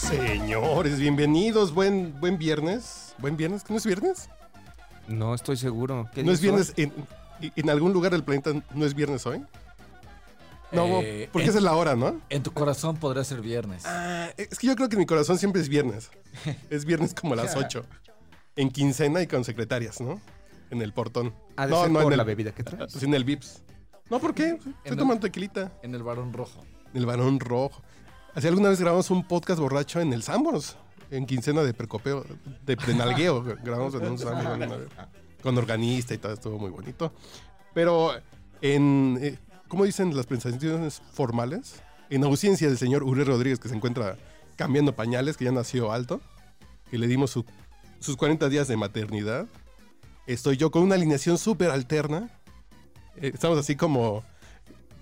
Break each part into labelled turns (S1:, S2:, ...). S1: Señores, bienvenidos. Buen, buen viernes. ¿Buen viernes? ¿No es viernes?
S2: No estoy seguro. ¿Qué
S1: ¿No
S2: día
S1: es viernes? En, en algún lugar del planeta no es viernes hoy? No,
S3: Eh,
S1: porque
S3: en-
S1: esa es la hora, ¿no?
S3: En tu corazón podrá ser viernes.
S1: Ah, es que yo creo que en mi corazón siempre es viernes. Es viernes como a las 8. En quincena y con secretarias, ¿no? En el portón.
S2: Ha de
S1: no,
S2: ser
S1: no,
S2: por
S1: en
S2: la
S1: el,
S2: bebida que traes.
S1: pues en el Vips. No, ¿por qué? Estoy
S3: el-
S1: tomando tequilita.
S3: En el varón rojo.
S1: En el varón rojo. Así alguna vez grabamos un podcast borracho en el Sambors. En quincena de precopeo, de, de nalgueo. grabamos en un Sambors alguna vez. Con organista y todo, estuvo muy bonito. Pero en... eh, ¿Cómo dicen las presentaciones formales? En ausencia del señor Uri Rodríguez, que se encuentra cambiando pañales, que ya nació alto, que le dimos su- sus 40 días de maternidad. Estoy yo con una alineación súper alterna. Eh, Estamos así como...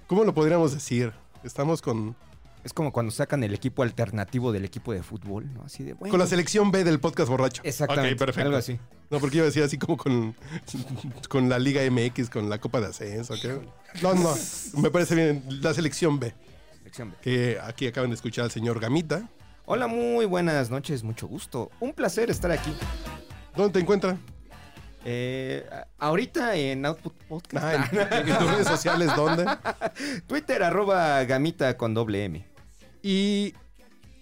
S1: ¿Cómo lo podríamos decir? Estamos con,
S2: Es como cuando sacan el equipo alternativo del equipo de fútbol, ¿no? Así de bueno.
S1: con la selección B del podcast borracho.
S2: Exactamente.
S1: Ok, perfecto.
S2: Algo así.
S1: No, porque iba a decir así como con, con la Liga MX, con la Copa de Ascenso. ¿qué? No, no, me parece bien. La selección B,
S2: Selección B.
S1: que aquí acaban de escuchar al señor Gamita.
S2: Hola, muy buenas noches, mucho gusto. Un placer estar aquí.
S1: ¿Dónde te encuentra?
S2: Eh, a- ahorita en Output Podcast.
S1: Ah, en, en tus redes sociales, ¿dónde?
S2: Twitter arroba gamita con doble M.
S1: Y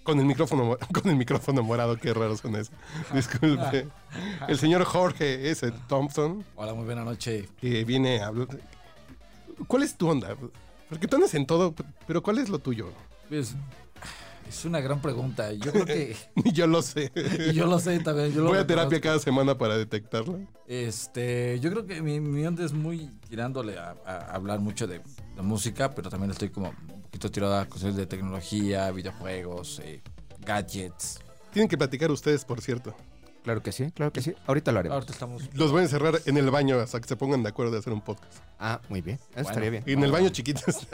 S1: con el micrófono, mo- con el micrófono morado, qué raros son eso. Disculpe. El señor Jorge S. Thompson.
S3: Hola, muy buena noche.
S1: que viene a hablar. ¿Cuál es tu onda? Porque tú andas en todo, pero ¿cuál es lo tuyo?
S3: Es, Pues, es una gran pregunta. Yo creo que.
S1: Ni Yo lo sé.
S3: y yo lo sé también. Yo lo
S1: Voy a terapia
S3: reconozco.
S1: cada semana para detectarla.
S3: Este, yo creo que mi, mi onda es muy tirándole a, a hablar mucho de, de música, pero también estoy como un poquito tirado a cosas de tecnología, videojuegos, eh, gadgets.
S1: Tienen que platicar ustedes, por cierto.
S2: Claro que sí, claro que sí. Ahorita lo haremos.
S3: Ahorita estamos.
S1: Los voy a encerrar en el baño hasta que se pongan de acuerdo de hacer un podcast.
S2: Ah, muy bien. Eso
S3: Bueno.
S2: estaría bien.
S1: En el baño chiquitas.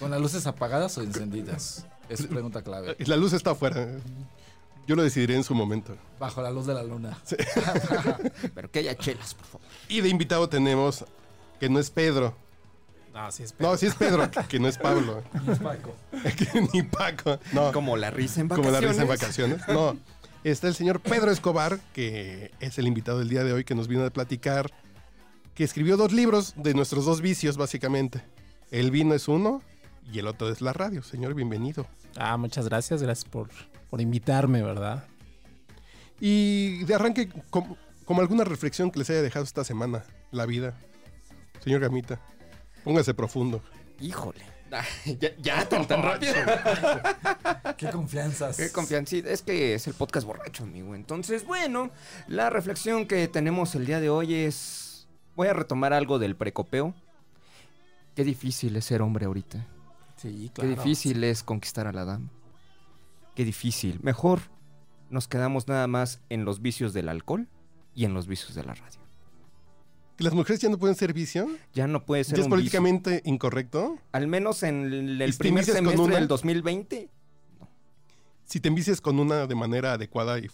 S3: ¿Con las luces apagadas o encendidas? Es pregunta clave.
S1: La luz está afuera. Yo lo decidiré en su momento.
S3: Bajo la luz de la luna.
S2: Pero que haya chelas, por favor.
S1: Y de invitado tenemos que no es Pedro.
S3: No, sí es
S1: No, sí es Pedro, que- que no es Pablo. Que Ni Paco. No.
S2: Como la risa en
S1: como
S2: vacaciones.
S1: la risa en vacaciones. No, está el señor Pedro Escobar, que es el invitado del día de hoy, que nos vino a platicar, que escribió dos libros de nuestros dos vicios, básicamente. El vino es uno y el otro es la radio. Señor, bienvenido.
S4: Ah, muchas gracias, gracias por, por invitarme, ¿verdad?
S1: Y de arranque, como, como alguna reflexión que les haya dejado esta semana, la vida. Señor Gamita, póngase profundo.
S2: Híjole. Ah, ya, ya, tan, tan rápido.
S3: Qué confianzas.
S2: Qué confianza. Es que es el podcast borracho, amigo. Entonces, bueno, la reflexión que tenemos el día de hoy es. Voy a retomar algo del precopeo. Qué difícil es ser hombre ahorita.
S3: Sí,
S2: Qué difícil es conquistar a la dama. Qué difícil. Mejor nos quedamos nada más en los vicios del alcohol y en los vicios de la radio.
S1: ¿Que ¿Las mujeres ya no pueden ser vicio?
S2: Ya no puede ser
S1: ¿Ya es
S2: un vicio.
S1: políticamente incorrecto?
S2: Al menos en el,
S1: ¿Y si
S2: primer
S1: inicias con
S2: semestre
S1: una?
S2: del 2020.
S1: Si te envicias con una de manera adecuada y-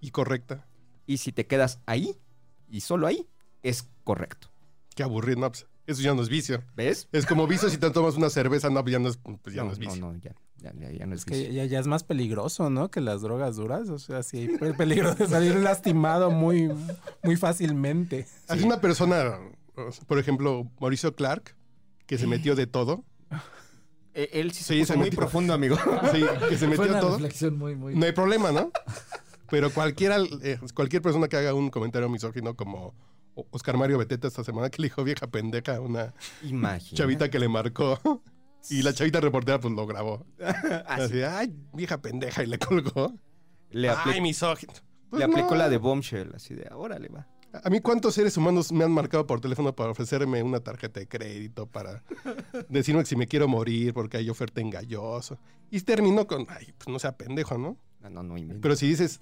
S1: y correcta.
S2: Y si te quedas ahí y solo ahí, es correcto.
S1: Qué aburrido, no, pues, eso ya no es vicio.
S2: ¿Ves?
S1: Es como vicio si te tomas una cerveza, no, pues ya no es, pues ya no,
S2: no,
S1: es vicio.
S2: No, no, ya, ya, ya- ya no es
S4: Es que
S2: vicio.
S4: ya, ya es más peligroso, ¿no? Que las drogas duras, o sea, sí, es peligro de salir lastimado muy, muy fácilmente.
S1: Hay una persona, o sea, por ejemplo, Mauricio Clark, que se metió de todo.
S2: Eh, Él sí se
S1: Sí,
S2: puso
S1: se
S2: muy
S1: metió.
S2: profundo, amigo.
S1: Sí, que se
S3: Fue
S1: metió
S3: una
S1: de todo.
S3: reflexión muy, muy.
S1: No hay problema, ¿no? Pero cualquiera, eh, cualquier persona que haga un comentario misógino como Oscar Mario Beteta esta semana que le dijo vieja pendeja a una
S2: Imagínate.
S1: chavita que le marcó y la chavita reportera pues lo grabó.
S2: Ah,
S1: Así, ay, vieja pendeja y le colgó.
S2: Le, apli-
S1: ay, misógino. Pues
S2: le aplicó
S1: no.
S2: la de bombshell, así de, órale, va.
S1: A mí, ¿cuántos seres humanos me han marcado por teléfono para ofrecerme una tarjeta de crédito, para decirme que si me quiero morir porque hay oferta engallosa? Y termino con, ay, pues no sea pendejo, ¿no?
S2: No, no, no inventes.
S1: Pero si dices,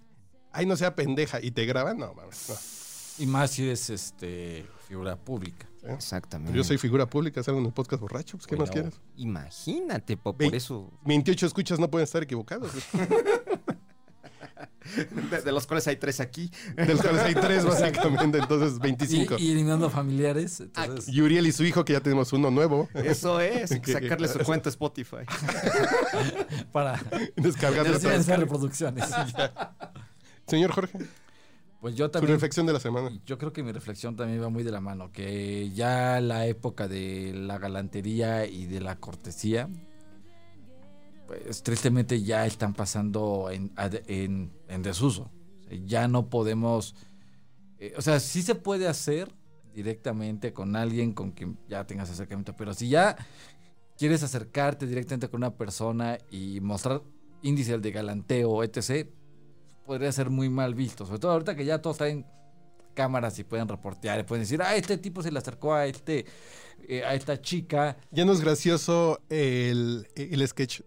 S1: ay, no sea pendeja y te graban, no, mames. no.
S3: Y más si es este figura pública.
S2: Exactamente.
S3: Mm.
S1: Yo soy figura pública, salgo en el podcast borracho, pues ¿qué
S3: Bueno.
S1: más quieres?
S2: Imagínate, po-
S1: Ve-
S2: por eso.
S1: 28 escuchas no pueden estar equivocados.
S2: De, de los cuales hay tres aquí.
S1: De los cuales hay tres, básicamente, entonces 25.
S3: Y, y eliminando familiares. Entonces,
S1: Y Uriel y su hijo, que ya tenemos uno nuevo,
S2: Eso es,
S1: Ok.
S2: sacarle su cuenta a Spotify.
S3: para
S1: descargando otra vez.
S3: deshacer reproducciones.
S1: Señor Jorge,
S3: Pues yo
S1: su
S3: también.
S1: reflexión de la semana.
S3: Yo creo que mi reflexión también va muy de la mano, que ya la época de la galantería y de la cortesía, pues tristemente ya están pasando en, ad- en, en desuso. O sea, Ya no podemos, eh, o sea, sí se puede hacer directamente con alguien con quien ya tengas acercamiento, pero si ya quieres acercarte directamente con una persona y mostrar índices de galanteo, etc., podría ser muy mal visto, sobre todo ahorita que ya todos traen cámaras y pueden reportear, y pueden decir, ah, este tipo se le acercó a este, eh, a esta chica.
S1: Ya no es gracioso el, el sketch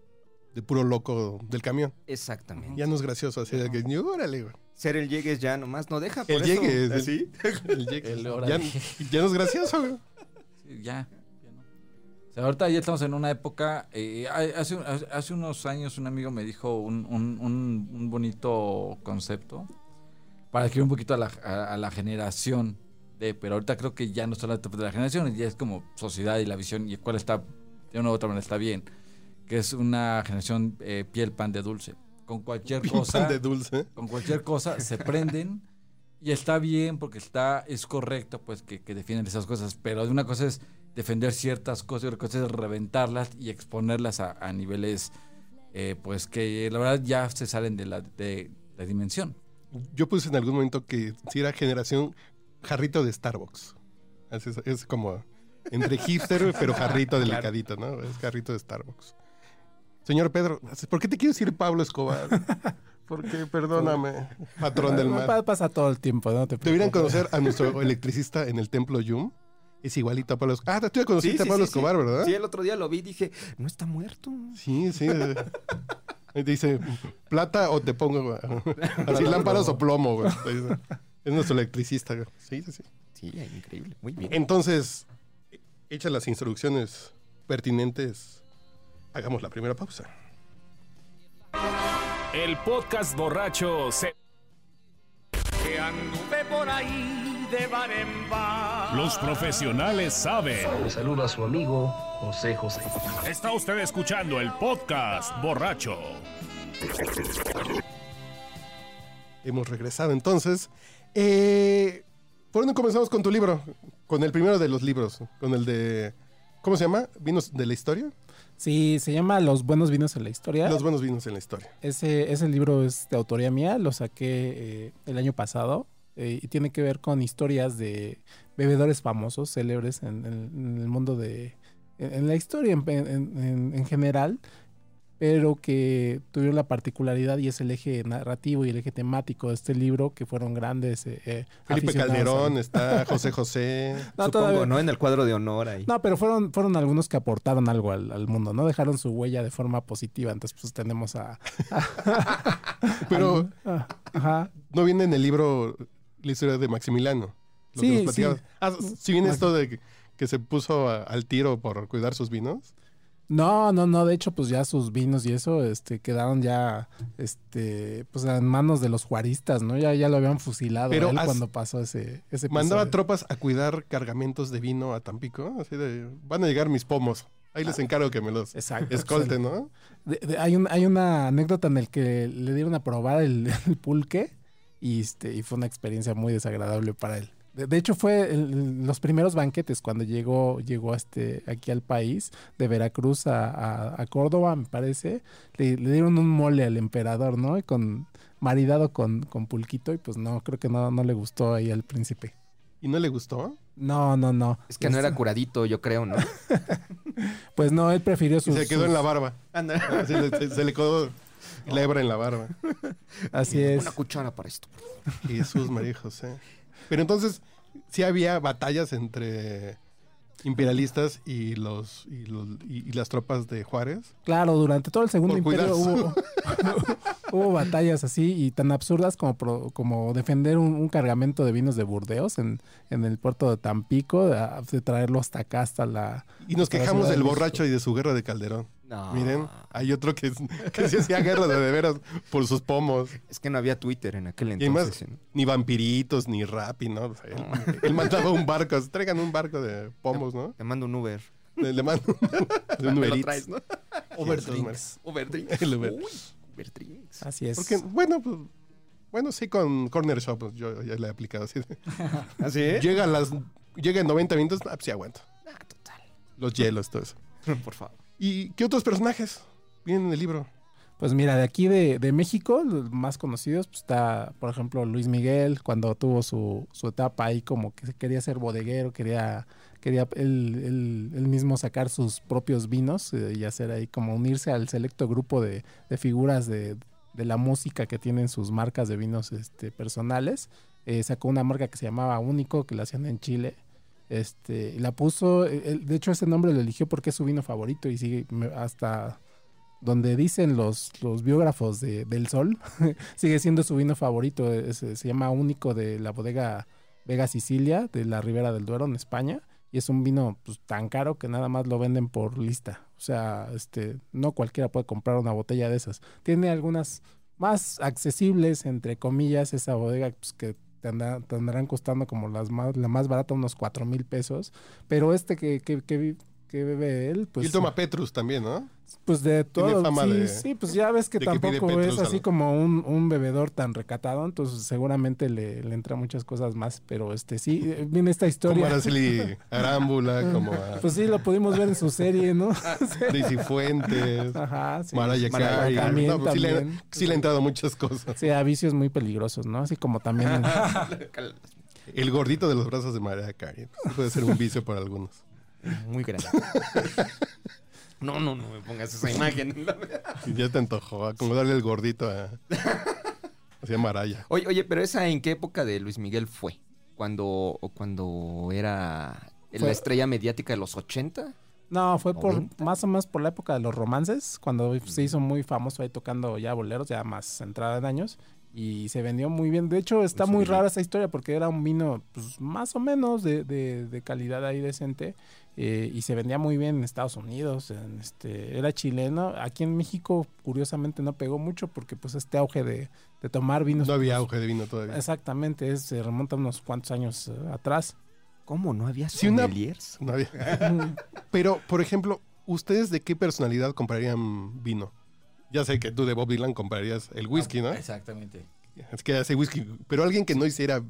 S1: de puro loco del camión.
S2: Exactamente.
S1: Ya no es gracioso, así de que, "Ni órale, güey".
S2: Ser el llegues ya nomás no deja. Por
S1: El
S2: eso,
S1: llegue.
S2: ¿Así?
S1: El llegue.
S3: El
S1: ya,
S3: órale.
S1: ya no es gracioso, güey.
S3: Sí, ya. ya no. O sea, ahorita ya estamos en una época, eh, ha- hace, hace unos años un amigo me dijo un, un- un- un bonito concepto para escribir un poquito a la, a- a la generación de, pero ahorita creo que ya no está la etapa de la generación, ya es como sociedad y la visión y cuál está, de una u otra manera está bien, que es una generación eh, piel pan de dulce. Con cualquier cosa.
S1: Pan de dulce.
S3: con cualquier cosa, se prenden y está bien porque está, es correcto pues que, que defienden esas cosas, pero una cosa es defender ciertas cosas y otra cosa es reventarlas y exponerlas a, a niveles eh, pues que la verdad ya se salen de la, de la dimensión.
S1: Yo puse en algún momento que si era generación jarrito de Starbucks. Así es, es como entre hipster, pero jarrito delicadito, ¿no? Es jarrito de Starbucks. Señor Pedro, ¿por qué te quiero decir Pablo Escobar? Porque, perdóname, patrón del
S4: Pa-
S1: mal.
S4: Pasa todo el tiempo, ¿no? Te
S1: Debieran
S4: preocupes.
S1: conocer a nuestro electricista en el templo Yum. Es igualito a Pablo Escobar. Ah, tú ya
S2: Sí,
S1: conociste
S2: sí,
S1: a Pablo
S2: sí,
S1: Escobar,
S2: sí.
S1: ¿verdad?
S2: Sí, el otro día lo vi y dije, no está muerto.
S1: Sí, sí. eh. Ahí te Dice, plata o te pongo, güey. Así lámparas o plomo, güey. Te dice. Es nuestro electricista, güey. Sí, sí, sí.
S2: Sí, increíble. Muy bien.
S1: Eh, Entonces, hechas las instrucciones pertinentes, hagamos la primera pausa.
S5: El podcast borracho se... Que anduve por ahí de bar en bar. Los profesionales saben.
S6: Le saluda a su amigo José José.
S5: Está usted escuchando el podcast borracho.
S1: Hemos regresado entonces. Eh, ¿Por dónde comenzamos con tu libro? Con el primero de los libros, con el de... ¿Cómo se llama? ¿Vinos de la historia?
S4: Sí, se llama Los buenos vinos en la historia.
S1: Los buenos vinos en la historia.
S4: Ese, ese libro es de autoría mía, lo saqué eh, el año pasado eh, y tiene que ver con historias de bebedores famosos, célebres en, en- en el mundo de... en, en la historia en, en- en- en general, pero que tuvieron la particularidad y es el eje narrativo y el eje temático de este libro, que fueron grandes... eh, eh,
S1: Felipe
S4: aficionados ¿eh?
S1: Calderón,
S4: a-
S1: está José José.
S4: No,
S2: Supongo,
S4: todavía-
S2: ¿no? En el cuadro de honor ahí.
S4: No, pero fueron, fueron algunos que aportaron algo al, al mundo, ¿no? Dejaron su huella de forma positiva. Entonces, pues tenemos a.
S1: Pero
S4: a- ajá.
S1: no viene en el libro la historia de Maximiliano. Lo
S4: Sí, Mm.
S1: que nos platicabas.
S4: sí.
S1: Ah, si viene esto de que, que se puso a- al tiro por cuidar sus vinos.
S4: No, no, no. De hecho, pues ya sus vinos y eso este, quedaron ya este, pues, en manos de los juaristas, ¿no? Ya, ya lo habían fusilado
S1: Pero
S4: a él
S1: has-
S4: cuando pasó ese, ese
S1: Mandaba
S4: episodio.
S1: tropas a cuidar cargamentos de vino a Tampico. Así de, van a llegar mis pomos. Ahí
S4: Ah.
S1: les encargo que me los
S4: Exacto.
S1: escolten, ¿no?
S4: De- de- hay, un- hay una anécdota en el que le dieron a probar el, el pulque y, este, y fue una experiencia muy desagradable para él. De, de hecho, fue el- los primeros banquetes cuando llegó, llegó este, aquí al país, de Veracruz a, a- a Córdoba, me parece. Le, le dieron un mole al emperador, ¿no? Y con, maridado con, con pulquito y pues no, creo que no, no le gustó ahí al príncipe.
S1: Y no le gustó.
S4: No, no, no.
S2: Es que no era curadito, yo creo, ¿no?
S4: Pues no, él prefirió
S1: Y
S4: sus...
S1: se quedó en
S4: sus-
S1: la barba.
S2: Anda.
S1: Así le- se, se le quedó la hebra en la barba.
S4: Así es.
S2: Una cuchara para esto.
S1: Jesús, María José. Pero entonces, sí había batallas entre imperialistas y los y, los- y- y las tropas de Juárez.
S4: Claro, durante todo el Segundo
S1: Por
S4: Imperio hubo,
S1: cuidarse.
S4: hubo batallas así y tan absurdas como, pro- como defender un, un cargamento de vinos de Burdeos en, en el puerto de Tampico, de, de traerlo hasta acá, hasta la...
S1: Y
S2: Ah,
S1: nos
S4: hasta la
S1: quejamos
S4: Ciudad de
S1: del
S4: México.
S1: borracho y de su guerra de Calderón.
S2: No.
S1: Miren, hay otro que, que se hacía guerra de, de veras por sus pomos.
S2: Es que no había Twitter en aquel
S1: Y además,
S2: entonces. ¿eh? ¿no? Ah.
S1: ni vampiritos, ni rapi, ¿no? O sea, él, él mandaba un barco, así, traigan un barco de pomos, ¿no?
S2: Te mando un Uber.
S1: Le, le mando un
S2: Me
S1: Uber
S2: lo
S1: Eats.
S2: traes, ¿no?
S1: Overdrinks.
S2: Overdrinks.
S1: El Uber.
S2: Uy, Overdrinks.
S4: Así es.
S1: Porque, bueno, pues, bueno, sí, con Corner Shop, pues, yo ya le he aplicado así. de- ¿Ah,
S2: ¿Así es?
S1: Llega a las. Llega en 90 minutos, ah, pues sí aguanto.
S2: Ah, total.
S1: Los hielos, todo eso.
S2: Por favor.
S1: ¿Y qué otros personajes vienen en el libro?
S4: Pues mira, de aquí de, de México, los más conocidos, pues está, por ejemplo, Luis Miguel, cuando tuvo su, su etapa ahí como que quería ser bodeguero, quería, quería él, él- él mismo sacar sus propios vinos eh, y hacer ahí como unirse al selecto grupo de, de figuras de, de la música que tienen sus marcas de vinos este, personales. Eh, sacó una marca que se llamaba Único, que la hacían en Chile. Este, y la puso, eh, él- de hecho ese nombre lo eligió porque es su vino favorito y sigue me- hasta donde dicen los, los biógrafos de, del Sol, sigue siendo su vino favorito, eh, se, se llama Único de la bodega Vega Sicilia, de la Ribera del Duero en España, y es un vino pues, tan caro que nada más lo venden por lista, o sea, este, no cualquiera puede comprar una botella de esas, tiene algunas más accesibles, entre comillas, esa bodega pues, que te, anda- te andarán costando como las más, la más barata, unos cuatro mil pesos, pero este que, que, que, vi- que bebe él,
S1: Y
S4: pues...
S1: él toma Petrus también, ¿no?
S4: Pues de
S1: Tiene
S4: todo.
S1: fama
S4: sí,
S1: de-
S4: sí, pues ya ves que
S1: de que pide
S4: tampoco
S1: Petrus
S4: es
S1: a
S4: así
S1: lo-
S4: como un, un bebedor tan recatado, entonces seguramente le, le entra muchas cosas más, pero este sí, eh, viene esta
S1: Como
S4: historia.
S1: Araceli Arámbula, como a
S4: Pues sí, lo pudimos ver en su serie, ¿no?
S1: Daisy Fuentes,
S4: Ajá, Ah, sí.
S1: Mariah
S2: Mariah
S1: Carey.
S4: también,
S1: No, pues, sí, le,
S4: también.
S1: sí le han entrado muchas cosas.
S4: Sí, a vicios muy peligrosos, ¿no? Así como también... el-
S1: El gordito de los brazos de Mariah Carey. Sí Puede ser un vicio para algunos.
S2: Muy grande. No, no, no me pongas esa imagen.
S1: Y ya te antojó, ¿ah? como darle el gordito a. Hacía Maraya.
S2: Oye, oye, pero esa en qué época de Luis Miguel fue? Cuando o cuando era la
S4: Fue-
S2: estrella mediática de los 80?
S4: No, fue por
S2: 90.
S4: más o menos por la época de los romances, cuando se hizo muy famoso ahí tocando ya boleros, ya más entrada en años, y se vendió muy bien. De hecho, está
S1: Pues
S2: Luis
S4: muy
S2: Miguel.
S4: rara esa historia porque era un vino pues, más o menos de, de- de calidad ahí decente, eh, y se vendía muy bien en Estados Unidos, en este, era chileno. Aquí en México, curiosamente, no pegó mucho porque pues este auge de, de tomar vinos...
S1: No había
S4: pues,
S1: auge de vino todavía.
S4: Exactamente, es- se remonta unos cuantos años eh, atrás.
S2: ¿Cómo no había
S1: Sí, una-
S2: sommeliers?
S1: No había. Pero, por ejemplo, ¿ustedes de qué personalidad comprarían vino? Ya sé que tú de Bob Dylan comprarías el whisky, ¿no?
S3: Exactamente.
S1: Es que hace whisky. Pero alguien que no hiciera,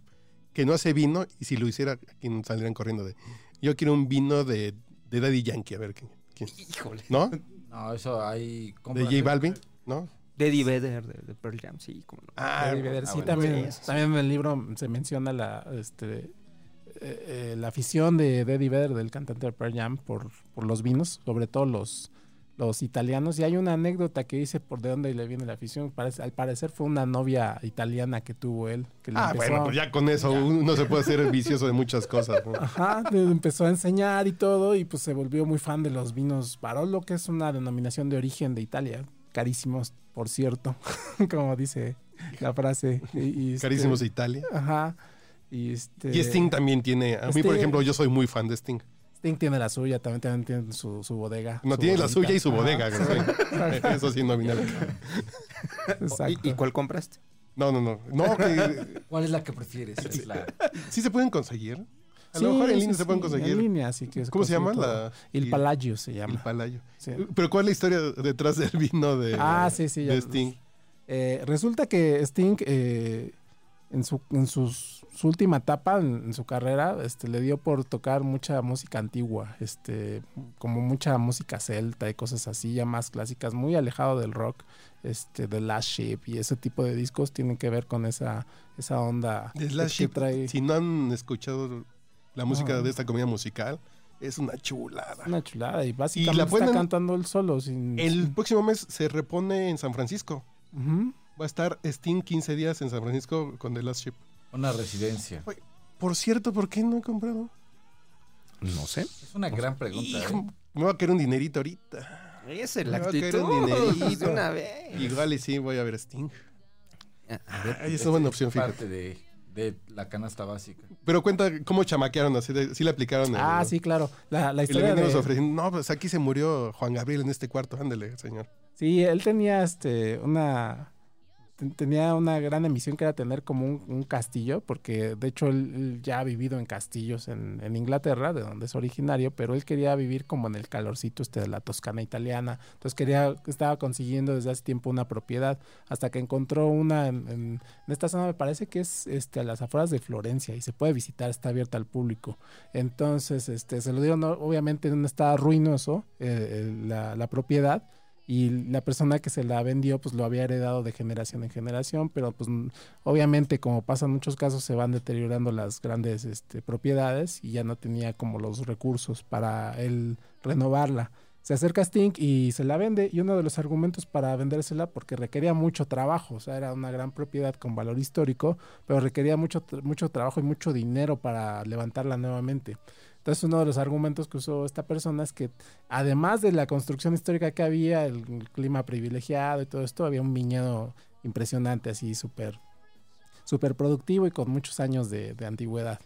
S1: que no hace vino, y si lo hiciera, ¿a quién saldrían corriendo de? Yo quiero un vino de, de Daddy Yankee, a ver quién. quién-
S2: Híjole.
S1: ¿No?
S3: No, eso hay.
S1: De J Balvin, ¿no?
S2: Deddy Vedder de, de Pearl Jam, sí, cómo no.
S1: Ah,
S4: Eddie Vedder,
S3: ah,
S4: sí,
S3: bueno,
S4: también,
S2: pues,
S4: también en el libro se menciona la, este, eh, eh, la afición de, de Eddie Vedder, del cantante de Pearl Jam, por, por los vinos, sobre todo los, los italianos. Y hay una anécdota que dice por de dónde le viene la afición. Parece- al parecer fue una novia italiana que tuvo él. Que le
S1: Ah,
S4: empezó
S1: bueno,
S4: a-
S1: pues ya con eso uno se puede hacer vicioso de muchas cosas. ¿no?
S4: Ajá, le empezó a enseñar y todo y pues se volvió muy fan de los vinos Barolo, que es una denominación de origen de Italia. Carísimos, por cierto, como dice la frase. Y- y, este,
S1: Carísimos de Italia.
S4: Ajá. Y este.
S1: Y Sting también tiene. A mí, por
S4: Sting-
S1: ejemplo, yo soy muy fan de Sting.
S4: Sting tiene la suya, también, también tiene su, su bodega.
S1: No
S4: su
S1: tiene la
S4: bodeguita.
S1: suya y su
S4: Ajá,
S1: bodega. güey. Eso sí, no me nada.
S4: Exacto.
S2: ¿Y, y cuál compraste?
S1: No, no, no. No, que
S3: ¿Cuál es la que prefieres? Es la-
S1: sí se pueden conseguir. A
S4: Sí,
S1: lo mejor en
S4: sí,
S1: línea se
S4: sí,
S1: pueden
S4: En
S1: conseguir.
S4: línea, así que
S1: ¿Cómo se llama?
S4: consigue todo.
S1: La,
S4: Il Palagio se llama.
S1: El palayo.
S4: Sí.
S1: Pero ¿cuál es la historia detrás del vino de,
S4: Ah, sí, sí, ya.
S1: de Sting?
S4: Eh, resulta que Sting, eh, en, su, en sus- su última etapa, en, en su carrera, este, le dio por tocar mucha música antigua, este, como mucha música celta y cosas así, ya más clásicas, muy alejado del rock, este, de Last Ship y ese tipo de discos tienen que ver con esa, esa onda
S1: De Slash
S4: que
S1: Ship.
S4: trae.
S1: Si no han escuchado la música
S4: Ah.
S1: de esta comedia musical, es una chulada.
S4: Una chulada y básicamente
S1: la
S4: está
S1: pueden-
S4: cantando él solo sin...
S1: El próximo mes se repone en San Francisco.
S4: Ujú.
S1: Va a estar Sting 15 días en San Francisco con The Last Ship.
S3: Una residencia.
S1: Por cierto, ¿por qué no he comprado?
S2: No sé.
S3: Es una gran pregunta.
S1: Hijo, me va a caer un dinerito ahorita.
S2: Esa es
S1: Me
S2: la
S1: va a caer un
S2: actitud.
S1: dinerito.
S2: De una vez.
S1: Igual y sí, voy a ver Sting.
S2: Eh. Ah,
S1: Ay, es una buena opción, fíjate.
S3: Parte de, de la canasta básica.
S1: Pero cuenta cómo chamaquearon, así de- sí le aplicaron. el-
S4: Ah, sí, claro. La, la
S1: Y le
S4: historia
S1: vinieron
S4: de...
S1: ofreciendo, no, pues aquí se murió Juan Gabriel en este cuarto, ándele, señor.
S4: Sí, él tenía este una ten- tenía una gran ambición que era tener como un, un castillo, porque de hecho él, él ya ha vivido en castillos en, en Inglaterra, de donde es originario, pero él quería vivir como en el calorcito este de la Toscana italiana. Entonces quería, estaba consiguiendo desde hace tiempo una propiedad, hasta que encontró una en, en- en esta zona, me parece que es este, a las afueras de Florencia, y se puede visitar, está abierta al público. Entonces, este, se lo dieron, ¿no? obviamente, en un estado ruinoso eh, eh, la, la propiedad. Y la persona que se la vendió, pues lo había heredado de generación en generación, pero pues n- obviamente, como pasa en muchos casos, se van deteriorando las grandes este, propiedades y ya no tenía como los recursos para él renovarla. Se acerca Sting y se la vende, y uno de los argumentos para vendérsela, porque requería mucho trabajo, o sea, era una gran propiedad con valor histórico, pero requería mucho, tra- mucho trabajo y mucho dinero para levantarla nuevamente. Entonces uno de los argumentos que usó esta persona es que además de la construcción histórica que había, el clima privilegiado y todo esto, había un viñedo impresionante, así súper súper productivo y con muchos años de, de antigüedad.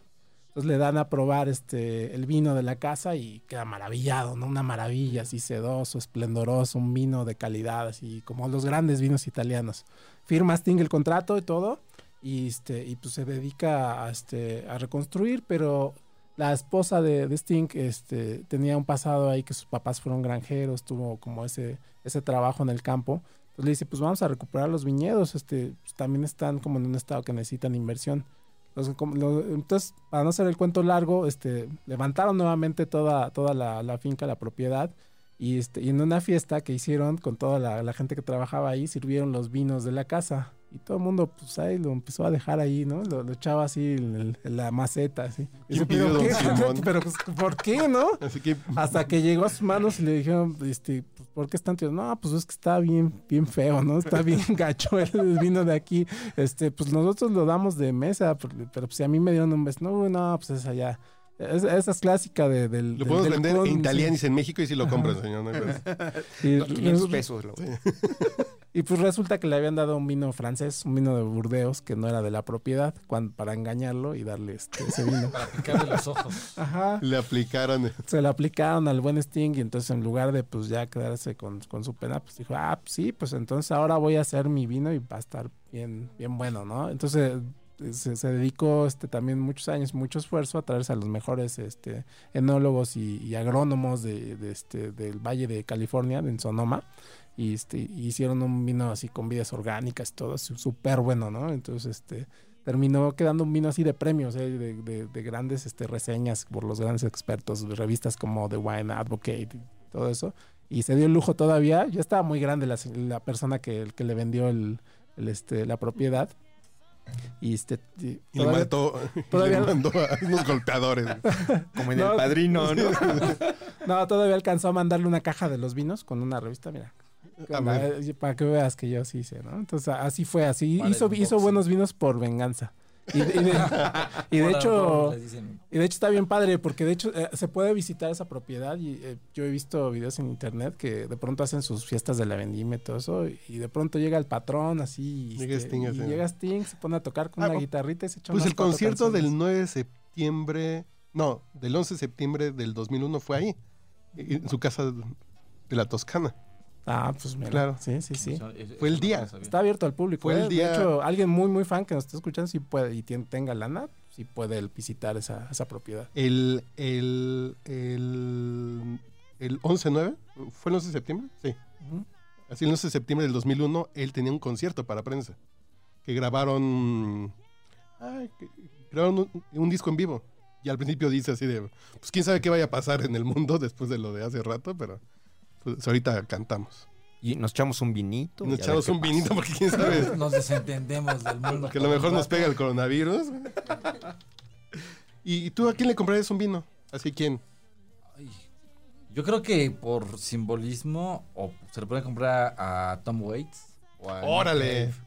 S4: Entonces le dan a probar este, el vino de la casa y queda maravillado, ¿no? Una maravilla, así sedoso, esplendoroso, un vino de calidad, así como los grandes vinos italianos. Firma Sting el contrato y todo, y, este, y pues se dedica a, este, a reconstruir, pero la esposa de, de Sting este, tenía un pasado ahí que sus papás fueron granjeros, tuvo como ese, ese trabajo en el campo. Entonces le dice, pues vamos a recuperar los viñedos, este, pues, también están como en un estado que necesitan inversión. Los- como- lo- entonces, para no hacer el cuento largo, este, levantaron nuevamente toda, toda la, la finca, la propiedad, y, este, y en una fiesta que hicieron con toda la, la gente que trabajaba ahí, sirvieron los vinos de la casa. Y todo el mundo, pues ahí lo empezó a dejar ahí, ¿no? Lo, lo echaba así en, el- en la maceta, así. Y
S1: ¿Quién
S4: dice, ¿pero
S1: pidió don
S4: qué?
S1: Simón?
S4: Pero, pues, ¿por qué, no?
S1: Así que
S4: Hasta que llegó a sus manos y le dijeron, este, pues, ¿por qué están tíos? No, pues es que está bien, bien feo, ¿no? Está bien gacho el vino de aquí. Este, pues nosotros lo damos de mesa, pero, pero, pues si a mí me dieron un beso, no, no, pues es allá. Es- esa es clásica de, del.
S1: lo
S4: del-
S1: podemos
S4: del
S1: vender
S4: con-
S1: en italianis en México y si lo compras, señor. no Pues, hay problema.
S4: Y-
S2: 500 pesos. Lo...
S4: Y pues resulta que le habían dado un vino francés, un vino de Burdeos, que no era de la propiedad, cuan- para engañarlo y darle este, ese vino.
S3: Para picarle los ojos.
S4: Ajá.
S1: Le aplicaron.
S4: se la aplicaron al buen Sting y entonces en lugar de pues ya quedarse con, con su pena, pues dijo, ah, pues, sí, pues entonces ahora voy a hacer mi vino y va a estar bien, bien bueno, ¿no? Entonces eh, se, se dedicó este, también muchos años, mucho esfuerzo a traerse a los mejores este, enólogos y, y agrónomos de, de este, del Valle de California, en Sonoma. Y este, y hicieron un vino así con vidas orgánicas y todo, así, súper bueno, ¿no? Entonces, este, terminó quedando un vino así de premios, eh, de, de- de grandes este, reseñas por los grandes expertos, de revistas como The Wine Advocate y todo eso. Y se dio el lujo todavía. Ya estaba muy grande la, se- la persona que, que le vendió el, el, este, la propiedad. Y este. y
S1: Y le,
S4: todavía-
S1: mató, y
S4: todavía
S1: le
S4: no.
S1: mandó a unos golpeadores. Pues,
S2: Como en
S4: No.
S2: el padrino, ¿no?
S4: No, todavía alcanzó a mandarle una caja de los vinos con una revista, mira.
S1: A ver.
S4: Eh, Para que veas que yo sí sé, ¿no? Entonces a- así fue, así
S3: Para el
S4: hizo, hizo
S3: unboxing.
S4: buenos vinos por venganza. Y de, y de- y de
S3: Por
S4: hecho,
S3: algo les dicen,
S4: y de hecho está bien padre, porque de hecho eh, se puede visitar esa propiedad y eh, yo he visto videos en internet que de pronto hacen sus fiestas de la vendimia y todo eso, y, y de pronto llega el patrón así, y,
S1: Llega
S4: este,
S1: Sting,
S4: y
S1: así, ¿no?
S4: llega Sting, se pone a tocar con
S1: Ah,
S4: una
S1: pues,
S4: guitarrita y se echa
S1: Pues
S4: unas
S1: el
S4: cuatro
S1: concierto
S4: canciones.
S1: del 9 de septiembre, no, del 11 de septiembre del 2001 fue ahí, en su casa de la Toscana.
S4: Ah, pues mira,
S1: Claro.
S4: sí, sí, sí.
S3: eso- eso-
S1: Fue el
S3: eso no
S1: día.
S3: lo sabía.
S4: Está abierto al público.
S1: Fue el
S4: ¿eh?
S1: día-
S4: De hecho, alguien muy, muy fan que nos esté escuchando, si puede y tien- tenga lana, si puede el visitar esa, esa propiedad.
S1: El, el, el, el 11-9, ¿fue el 11 de septiembre? Sí.
S4: Ujú.
S1: Así el 11 de septiembre del 2001, él tenía un concierto para prensa, que grabaron, ay, que- grabaron un, un disco en vivo. Y al principio dice así de, pues quién sabe qué vaya a pasar en el mundo después de lo de hace rato, pero pues, ahorita cantamos.
S2: Y nos echamos un vinito.
S1: Nos
S2: y a
S1: echamos
S2: ver
S1: un
S2: qué
S1: vinito porque quién sabe...
S3: Nos desentendemos del mundo.
S1: Que a lo mejor nos pega el coronavirus. ¿Y tú a quién le comprarías un vino? ¿Así quién?
S3: Ay, Yo creo que por simbolismo o se le puede comprar a Tom Waits. O a
S1: ¡Órale!
S3: Nick Cave,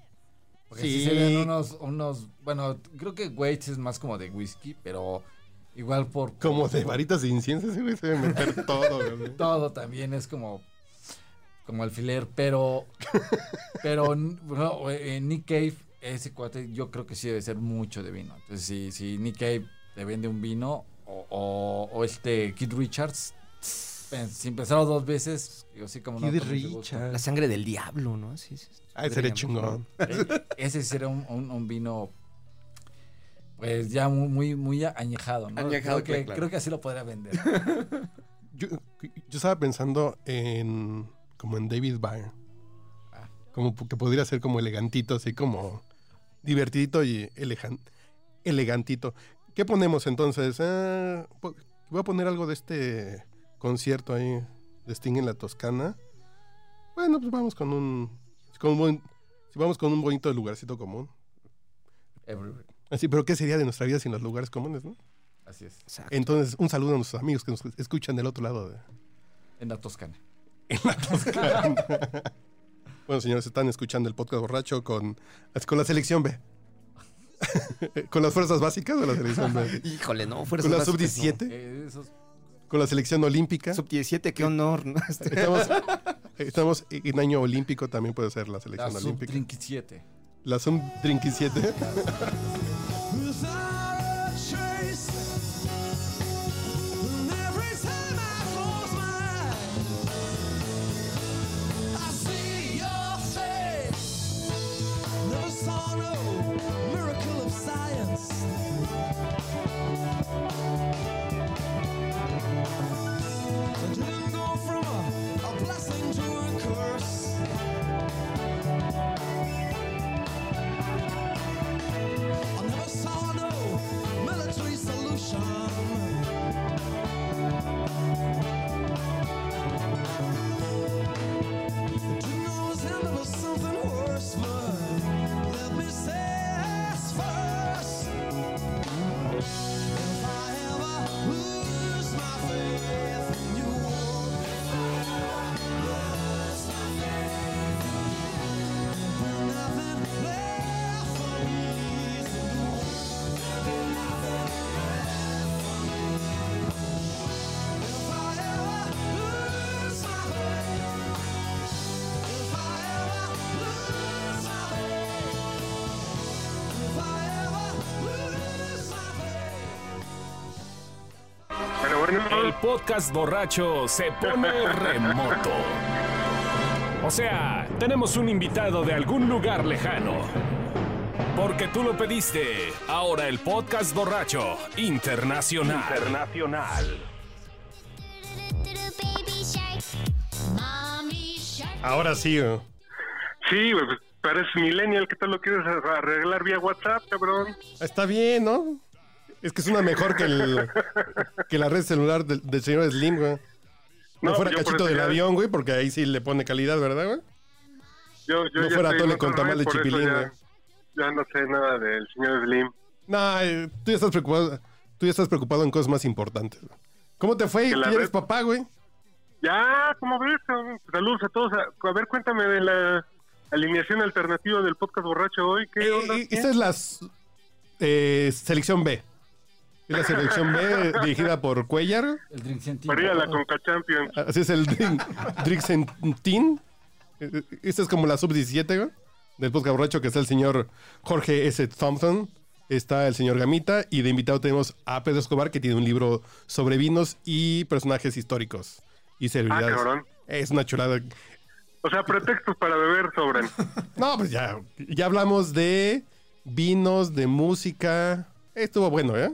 S3: Porque sí,
S2: Sí.
S3: serían unos, unos. Bueno, creo que Waits es más como de whisky, pero igual por.
S1: Como de varitas de incienso, ese güey se debe meter todo, güey.
S3: Todo también es como. Como alfiler, pero. Pero, bueno, eh, Nick Cave, ese cuate, yo creo que sí debe ser mucho de vino. Entonces, si, si Nick Cave te vende un vino, o, o- o este Kid Richards, pen- sin pensarlo dos veces, yo sí como no.
S1: Kid
S3: con mucho gusto.
S2: La sangre del diablo, ¿no? Así es.
S1: Ah, sería chingón.
S3: Eh, Ese sí era un, un- un vino. Pues ya muy, muy, muy añejado, ¿no?
S2: Añejado,
S3: creo que,
S2: claro.
S3: creo que así lo podría vender.
S1: Yo, yo estaba pensando en. como en David Byrne. Como que podría ser como elegantito, así como. divertidito y elegan- elegantito. ¿Qué ponemos entonces? Ah, po- voy a poner algo de este concierto ahí de Sting en la Toscana. Bueno, pues vamos con un. Con un buen, si vamos con un bonito lugarcito común.
S3: Everywhere.
S1: Así, pero ¿qué sería de nuestra vida sin los lugares comunes, no?
S3: Así es.
S2: Exacto.
S1: Entonces, un saludo a nuestros amigos que nos escuchan del otro lado de,
S3: En la Toscana.
S1: Bueno, señores, están escuchando el podcast borracho con, con la selección B. con las fuerzas básicas de la selección B.
S2: Híjole, no,
S1: Con
S2: fuerzas
S1: la
S2: básicas, no.
S1: sub-17,
S3: Eh, esos-
S1: con la selección olímpica.
S2: Sub-17, qué honor. ¿no? Este-
S1: Estamos, estamos en año olímpico, también puede ser la
S3: la
S1: selección olímpica.
S3: Sub-37.
S1: La Zoom Drinking 7.
S5: El podcast borracho se pone remoto. O sea, tenemos un invitado de algún lugar lejano. Porque tú lo pediste. Ahora el podcast borracho internacional. Internacional.
S1: Ahora sí, güey.
S7: Sí, güey, pues, pareces millennial, ¿qué tal lo quieres ar- arreglar vía WhatsApp, cabrón?
S1: está bien, ¿no? Es que es una mejor que, el- que la red celular del, del señor Slim, güey. No,
S7: No,
S1: fuera
S7: yo por
S1: cachito
S7: eso
S1: del
S7: ya-
S1: avión, güey, porque ahí sí le pone calidad, ¿verdad, güey?
S7: Yo, yo
S1: No fuera
S7: ya estoy en
S1: atole
S7: otra
S1: con
S7: red,
S1: tamal de
S7: por eso
S1: chipilín, güey.
S7: Ya, ya no sé nada del señor Slim.
S1: No, eh, tú ya estás preocupado, tú ya estás preocupado en cosas más importantes. güey. ¿Cómo te fue?
S7: Que
S1: Tú
S7: la
S1: ya eres
S7: red-
S1: papá, güey.
S7: Ya, ¿cómo ves? cabrón? Saludos a todos. A, a ver, cuéntame de la alineación alternativa del podcast borracho hoy. ¿Qué
S1: Eh,
S7: onda?
S1: eh, esta es la s- eh, selección B. Es la selección B dirigida por Cuellar.
S3: El Drink Sentino.
S7: María,
S1: eh.
S7: la Conca Champions.
S1: Así es el Drink- Drixentin. Eh, eh, Esta es como la sub-17, güey, Del podcast borracho que está el señor Jorge S. Thompson. Está el señor Gamita. Y de invitado tenemos a Pedro Escobar, que tiene un libro sobre vinos y personajes históricos y celebridades.
S7: Ah, cabrón.
S1: Es una chulada.
S7: O sea, pretextos para beber sobran.
S1: No, pues ya, ya hablamos de vinos, de música. Estuvo bueno, ¿eh?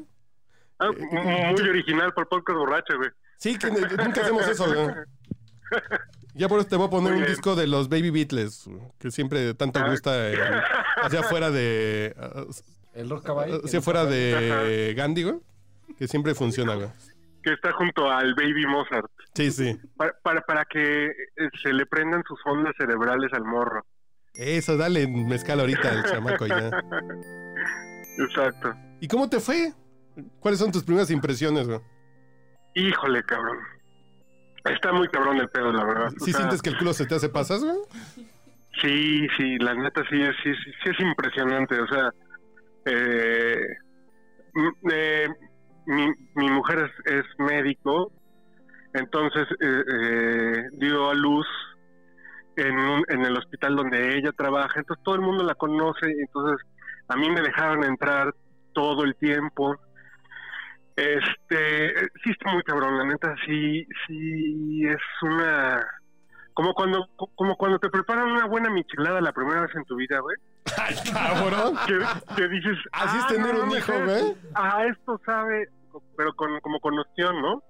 S7: Ah, m- muy original por podcast borracho, güey.
S1: Sí, que ne- nunca hacemos eso, güey. Ya por eso te voy a poner
S7: Muy
S1: un
S7: bien.
S1: disco de los Baby Beatles, que siempre tanto
S7: Ah.
S1: gusta eh, hacia afuera de. ah,
S3: El Rockabye.
S1: Hacia afuera de Gandhi, güey. Que siempre funciona, güey.
S7: Que está junto al Baby Mozart.
S1: Sí, sí.
S7: Para, para, para que eh, se le prendan sus ondas cerebrales al morro.
S1: Eso, dale mezcal ahorita al chamaco ya.
S7: Exacto.
S1: ¿Y cómo te fue? ¿Cuáles son tus primeras impresiones, güey?
S7: Híjole, cabrón. Está muy cabrón el pedo, la verdad. O
S1: ¿Sí
S7: sea,
S1: sientes que el culo se te hace pasas, güey?
S7: Sí, sí, la neta sí, es- sí, sí, sí es impresionante. O sea, eh, m- eh, mi, mi mujer es, es médico, entonces eh, eh, dio a luz en, un- en el hospital donde ella trabaja, entonces todo el mundo la conoce, entonces a mí me dejaron entrar todo el tiempo. Este, eh, sí está muy cabrón, la neta sí, sí es una como cuando, como cuando te preparan una buena michelada la primera vez en tu vida, güey.
S1: ¡Ay, cabrón!
S7: Que, que dices,
S1: Así es
S7: "Ah,
S1: tener
S7: no
S1: un
S7: mames,
S1: hijo,
S7: eh,
S1: güey.
S7: Ah, esto sabe, pero con, como con noción, ¿no?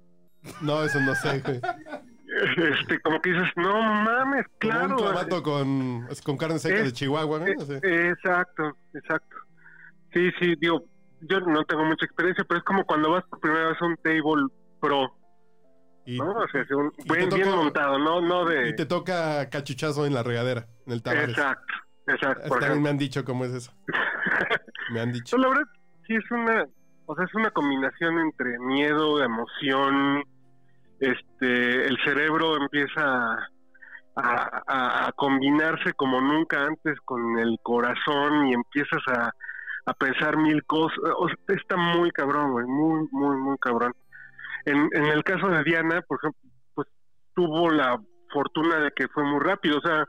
S1: No, eso no sé, güey.
S7: Este, como que dices, no mames,
S1: Como
S7: claro.
S1: un clamato con, con carne seca
S7: Es-
S1: de Chihuahua,
S7: eh,
S1: güey. No sé.
S7: eh, exacto, exacto. Sí, sí, digo, yo no tengo mucha experiencia, pero es como cuando vas por primera vez a un table pro,
S1: Y,
S7: ¿no? O sea, es un,
S1: y te
S7: bien, bien
S1: toca-
S7: montado, ¿no? No de...
S1: y te toca cachuchazo en la regadera, en el Tavares.
S7: exacto, exacto.
S1: También
S7: por ejemplo.
S1: me han dicho cómo es eso. Me han dicho.
S7: Pues la verdad, sí es una, o sea, es una combinación entre miedo, emoción, este, el cerebro empieza a, a- a combinarse como nunca antes con el corazón y empiezas a, a pensar mil cosas. O sea, está muy cabrón, güey, muy, muy, muy cabrón. En, en el caso de Diana, por ejemplo, pues tuvo la fortuna de que fue muy rápido, o sea,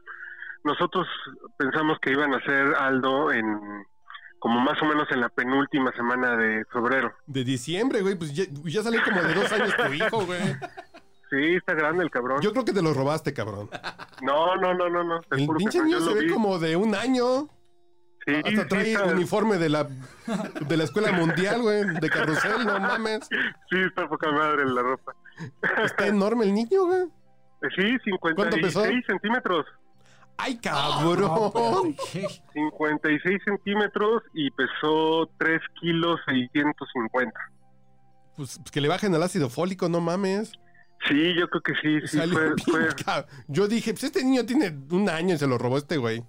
S7: nosotros pensamos que iban a ser Aldo en como más o menos en la penúltima semana de febrero.
S1: De diciembre, güey, pues ya, ya salió como de dos años tu hijo, güey.
S7: Sí, está grande el cabrón.
S1: Yo creo que te lo robaste, cabrón.
S7: No, no, no, no, no. te
S1: El
S7: juro que
S1: pinche
S7: no,
S1: niño
S7: yo
S1: se
S7: lo
S1: ve
S7: vi.
S1: como de un año.
S7: Sí, sí,
S1: Hasta trae
S7: está,
S1: uniforme de la, de la escuela mundial, güey, de carrusel, no mames.
S7: sí, está poca madre la ropa. Eh,
S1: Está enorme el niño, güey.
S7: Sí,
S1: ¿Cuánto pesó?
S7: 56 centímetros.
S1: ¡Ay, cabrón!
S3: pues,
S7: 56 centímetros y pesó 3 kilos 650.
S1: Pues, pues que le bajen al ácido fólico, no mames.
S7: Sí, yo creo que sí, sí,
S1: Salió
S7: fue,
S1: bien
S7: fue,
S1: cab- Yo dije, pues este niño tiene un año y se lo robó este güey.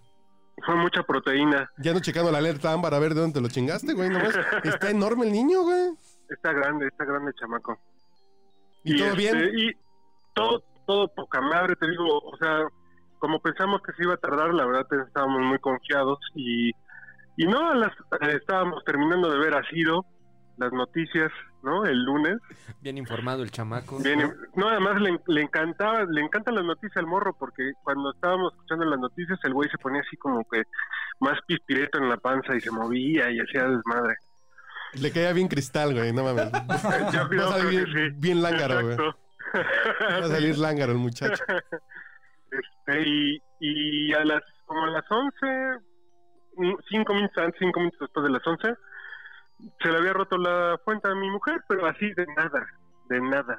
S7: fue mucha proteína.
S1: Ya no checando la alerta ámbar a ver de dónde te lo chingaste, güey. Nomás está enorme el niño, güey.
S7: Está grande, está grande el chamaco.
S1: Y, todo
S7: este,
S1: bien.
S7: Y todo, todo poca madre, te digo, o sea, como pensamos que se iba a tardar, la verdad estábamos muy confiados y, y no, a las, eh, estábamos terminando de ver a Ciro, las noticias, ¿no? El lunes.
S2: Bien informado el chamaco.
S7: Bien, no, además le, le encantaba, le encantan las noticias al morro, porque cuando estábamos escuchando las noticias, el güey se ponía así como que más pispireto en la panza y se movía y hacía desmadre.
S1: Le caía bien cristal, güey. No mames. Va
S7: Yo, yo
S1: a
S7: creo
S1: salir
S7: que sí.
S1: bien, bien lángaro, güey.
S7: Exacto.
S1: Va a salir lángaro el muchacho.
S7: Este, y, y a las como a las 11, mm, cinco minutos antes, cinco minutos después de las 11, se le había roto la fuente a mi mujer, pero así de nada, de nada.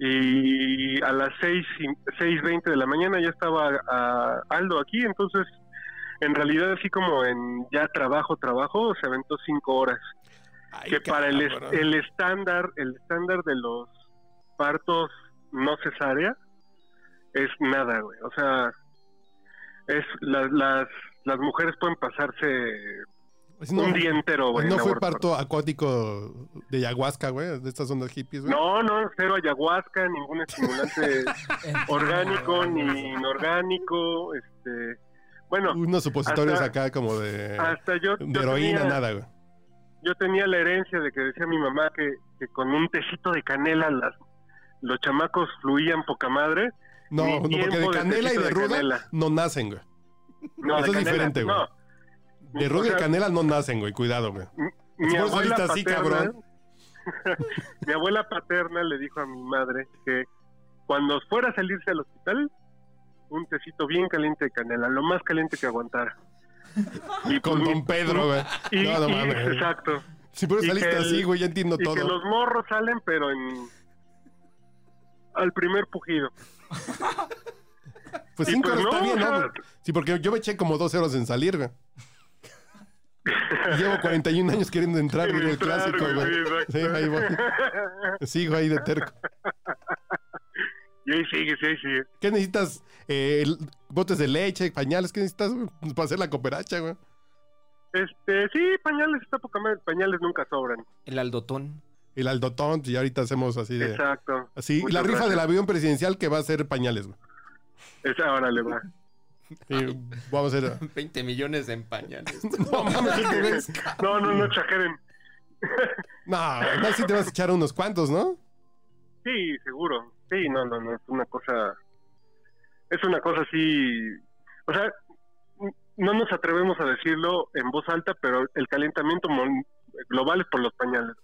S7: Y a las 6, y- 6.20 de la mañana ya estaba ah, Aldo aquí, entonces en realidad así como en ya trabajo, trabajo, se aventó cinco horas
S1: Ay,
S7: que para el, es-
S1: cabrón.
S7: el estándar el estándar de los partos no cesárea es nada güey o sea es las las las mujeres pueden pasarse
S1: Así no-
S7: un día entero güey
S1: no
S7: en
S1: fue
S7: aborto.
S1: parto acuático de ayahuasca, güey, de estas ondas hippies, güey.
S7: no no cero ayahuasca ningún estimulante orgánico
S1: Ah,
S7: ni inorgánico este bueno
S1: Unos supositorios
S7: hasta-
S1: acá como de,
S7: hasta yo,
S1: de
S7: yo
S1: heroína,
S7: tenía-
S1: nada, güey.
S7: yo tenía la herencia de que decía mi mamá que, que con un tecito de canela las, los chamacos fluían poca madre.
S1: No,
S7: Ni
S1: no, porque de
S7: tiempo de
S1: canela y
S7: tecito
S1: de
S7: de
S1: ruda
S7: canela.
S1: no nacen, güey.
S7: No,
S1: Eso
S7: de
S1: es
S7: canela,
S1: diferente, güey.
S7: no.
S1: De
S7: O
S1: ruda
S7: sea,
S1: y canela no nacen, güey, cuidado, güey.
S7: mi
S1: Por eso
S7: abuela
S1: ahorita sí,
S7: paterna-
S1: cabrón.
S7: mi abuela paterna le dijo a mi madre que cuando fuera a salirse al hospital, un tecito bien caliente de canela, lo más caliente que aguantara. Y
S1: Con
S7: pues,
S1: Don Pedro, güey.
S7: y-
S1: No, no
S7: y-
S1: mames. güey.
S7: Exacto.
S1: Si por eso
S7: y
S1: saliste
S7: que el-
S1: así, güey, ya entiendo
S7: Y que
S1: todo.
S7: los morros salen, pero en. Al primer pujido.
S1: Pues
S7: y
S1: cinco
S7: pues
S1: horas está
S7: no,
S1: bien,
S7: o
S1: ¿no?
S7: sea-
S1: güey? Sí, porque yo me eché como dos horas en salir, güey. Llevo 41 años queriendo entrar, güey, en el
S7: Entrar,
S1: clásico, güey.
S7: güey,
S1: Sí,
S7: exacto.
S1: ahí voy. Sigo ahí de terco.
S7: Y ahí sigue, sí, ahí sigue.
S1: ¿Qué necesitas? Eh, el- botes de leche, pañales, ¿qué necesitas güey? Pues, para hacer la cooperacha, güey?
S7: Este, sí, pañales está poca madre, pañales nunca sobran.
S2: El aldotón.
S1: El aldotón, y ahorita hacemos así de...
S7: Exacto.
S1: Así,
S7: Muchas
S1: la rifa
S7: gracias.
S1: del avión presidencial que va a ser pañales, güey.
S7: Es, ahora le ah, va.
S1: Sí, vamos a hacer.
S2: 20 millones de empañales.
S1: No mames.
S7: No, no, no exageren.
S1: No, no, sí te vas a echar unos cuantos, ¿no?
S7: Sí, seguro. Sí, no, no, no, es una cosa... Es una cosa así... O sea, no nos atrevemos a decirlo en voz alta, pero el calentamiento mon- global es por los pañales.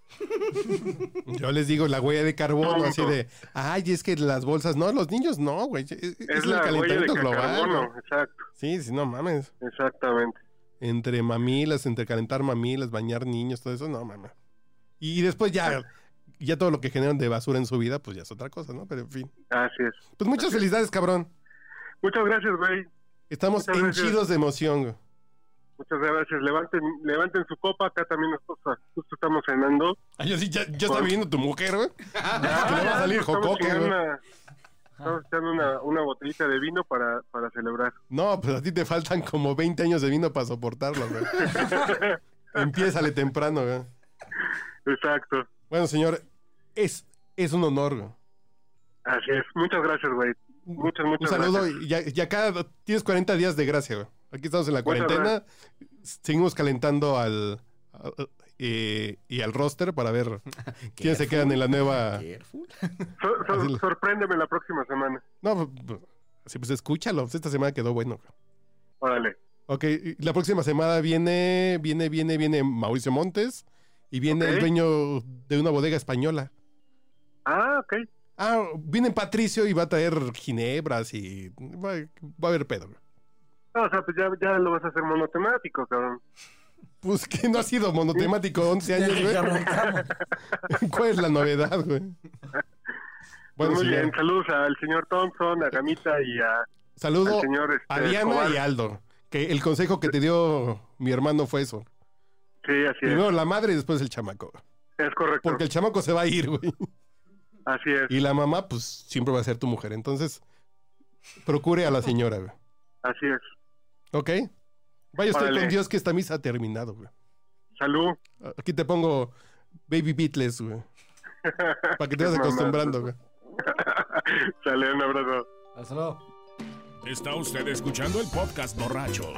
S1: Yo les digo la huella de carbono,
S7: Tonto.
S1: así de. Ay, es que las bolsas. No, los niños no, güey. Es, es
S7: Es,
S1: el
S7: la huella de
S1: calentamiento global.
S7: carbono,
S1: güey.
S7: exacto,
S1: Sí, sí, no mames.
S7: exactamente.
S1: entre mamilas, entre calentar mamilas, bañar niños, todo eso, no, mamá. Y después ya, ya todo lo que generan de basura en su vida, pues ya es otra cosa, ¿no? Pero en fin.
S7: Así es.
S1: Pues muchas felicidades, cabrón.
S7: Muchas gracias, güey.
S1: Estamos
S7: Muchas gracias.
S1: henchidos de emoción. güey.
S7: Muchas gracias. Levanten, levanten su copa. Acá también nosotros justo estamos cenando.
S1: Ay, yo sí, ya, ya está viendo tu mujer, güey. que le va a salir
S7: Estamos
S1: jocoque,
S7: echando
S1: güey.
S7: una- Estamos echando una, una botellita de vino para, para celebrar.
S1: No, pues a ti te faltan como 20 años de vino para soportarlo, güey. Empiézale temprano, güey.
S7: Exacto.
S1: Bueno, señor, es, es un honor, güey.
S7: Así es. Muchas gracias, güey. Muchas,
S1: Un
S7: muchas
S1: saludo.
S7: gracias.
S1: Y ya, ya cada- tienes 40 días de gracia, güey. Aquí estamos en la
S7: Muchas
S1: cuarentena. Seguimos calentando al. a- a- eh, y al roster para ver quiénes se quedan en la nueva.
S2: Careful.
S7: So- so-
S1: Así lo-
S7: sorpréndeme la próxima semana.
S1: No, pues, sí, pues escúchalo. pues, Esta semana quedó bueno. güey.
S7: Órale.
S1: Ok, y la próxima semana viene, viene, viene, viene Mauricio Montes y viene el
S7: Ok.
S1: dueño de una bodega española.
S7: Ah, ok.
S1: Ah, viene Patricio y va a traer ginebras y va, va a haber pedo. güey.
S7: No, o sea, pues ya, ya lo vas a hacer monotemático, cabrón.
S1: Pues que no ha sido monotemático 11 años, güey. ¿Cuál es la novedad, güey? Bueno,
S7: Pues Muy bien.
S1: señor,
S7: Saludos al señor Thompson, a Gamita y a, al
S1: saludo
S7: señor este,
S1: a Diana
S7: Escobar.
S1: y Aldo. Que el consejo que te dio mi hermano fue eso.
S7: Sí, así es.
S1: Primero la madre y después el chamaco.
S7: Es correcto.
S1: Porque el chamaco se va a ir, güey.
S7: Así es.
S1: Y la mamá, pues, siempre va a ser tu mujer. Entonces, procure a la señora, güey.
S7: Así es.
S1: ¿Ok? Vaya usted
S7: Órale.
S1: con Dios que esta misa ha terminado, güey.
S7: Salud.
S1: Aquí te pongo Baby Beatles, güey. Para que te vayas
S7: Mamá.
S1: acostumbrando, güey.
S7: Sale, un abrazo.
S3: Hasta luego.
S5: Está usted escuchando el podcast borracho.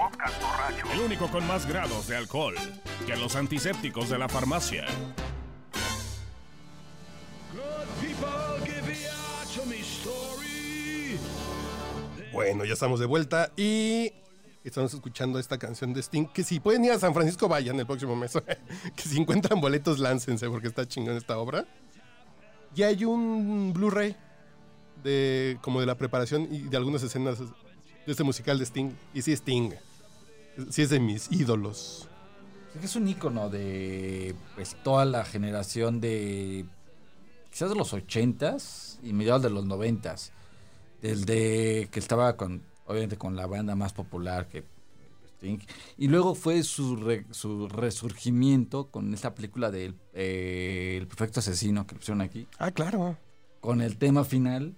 S5: El único con más grados de alcohol que los antisépticos de la farmacia.
S1: Bueno, ya estamos de vuelta y estamos escuchando esta canción de Sting. Que si pueden ir a San Francisco, vayan el próximo mes. que si encuentran boletos, láncense porque está chingón esta obra. Y hay un Blu-ray de como de la preparación y de algunas escenas de este musical de Sting. Y sí, Sting. Sí, es de mis ídolos.
S3: Creo que es un icono de pues toda la generación de quizás de los 80s y mediados de los 90s. Del de que estaba con obviamente con la banda más popular que Sting. y luego fue su, re- su resurgimiento con esta película de eh, El perfecto asesino que le pusieron aquí
S1: Ah, claro.
S3: con el tema final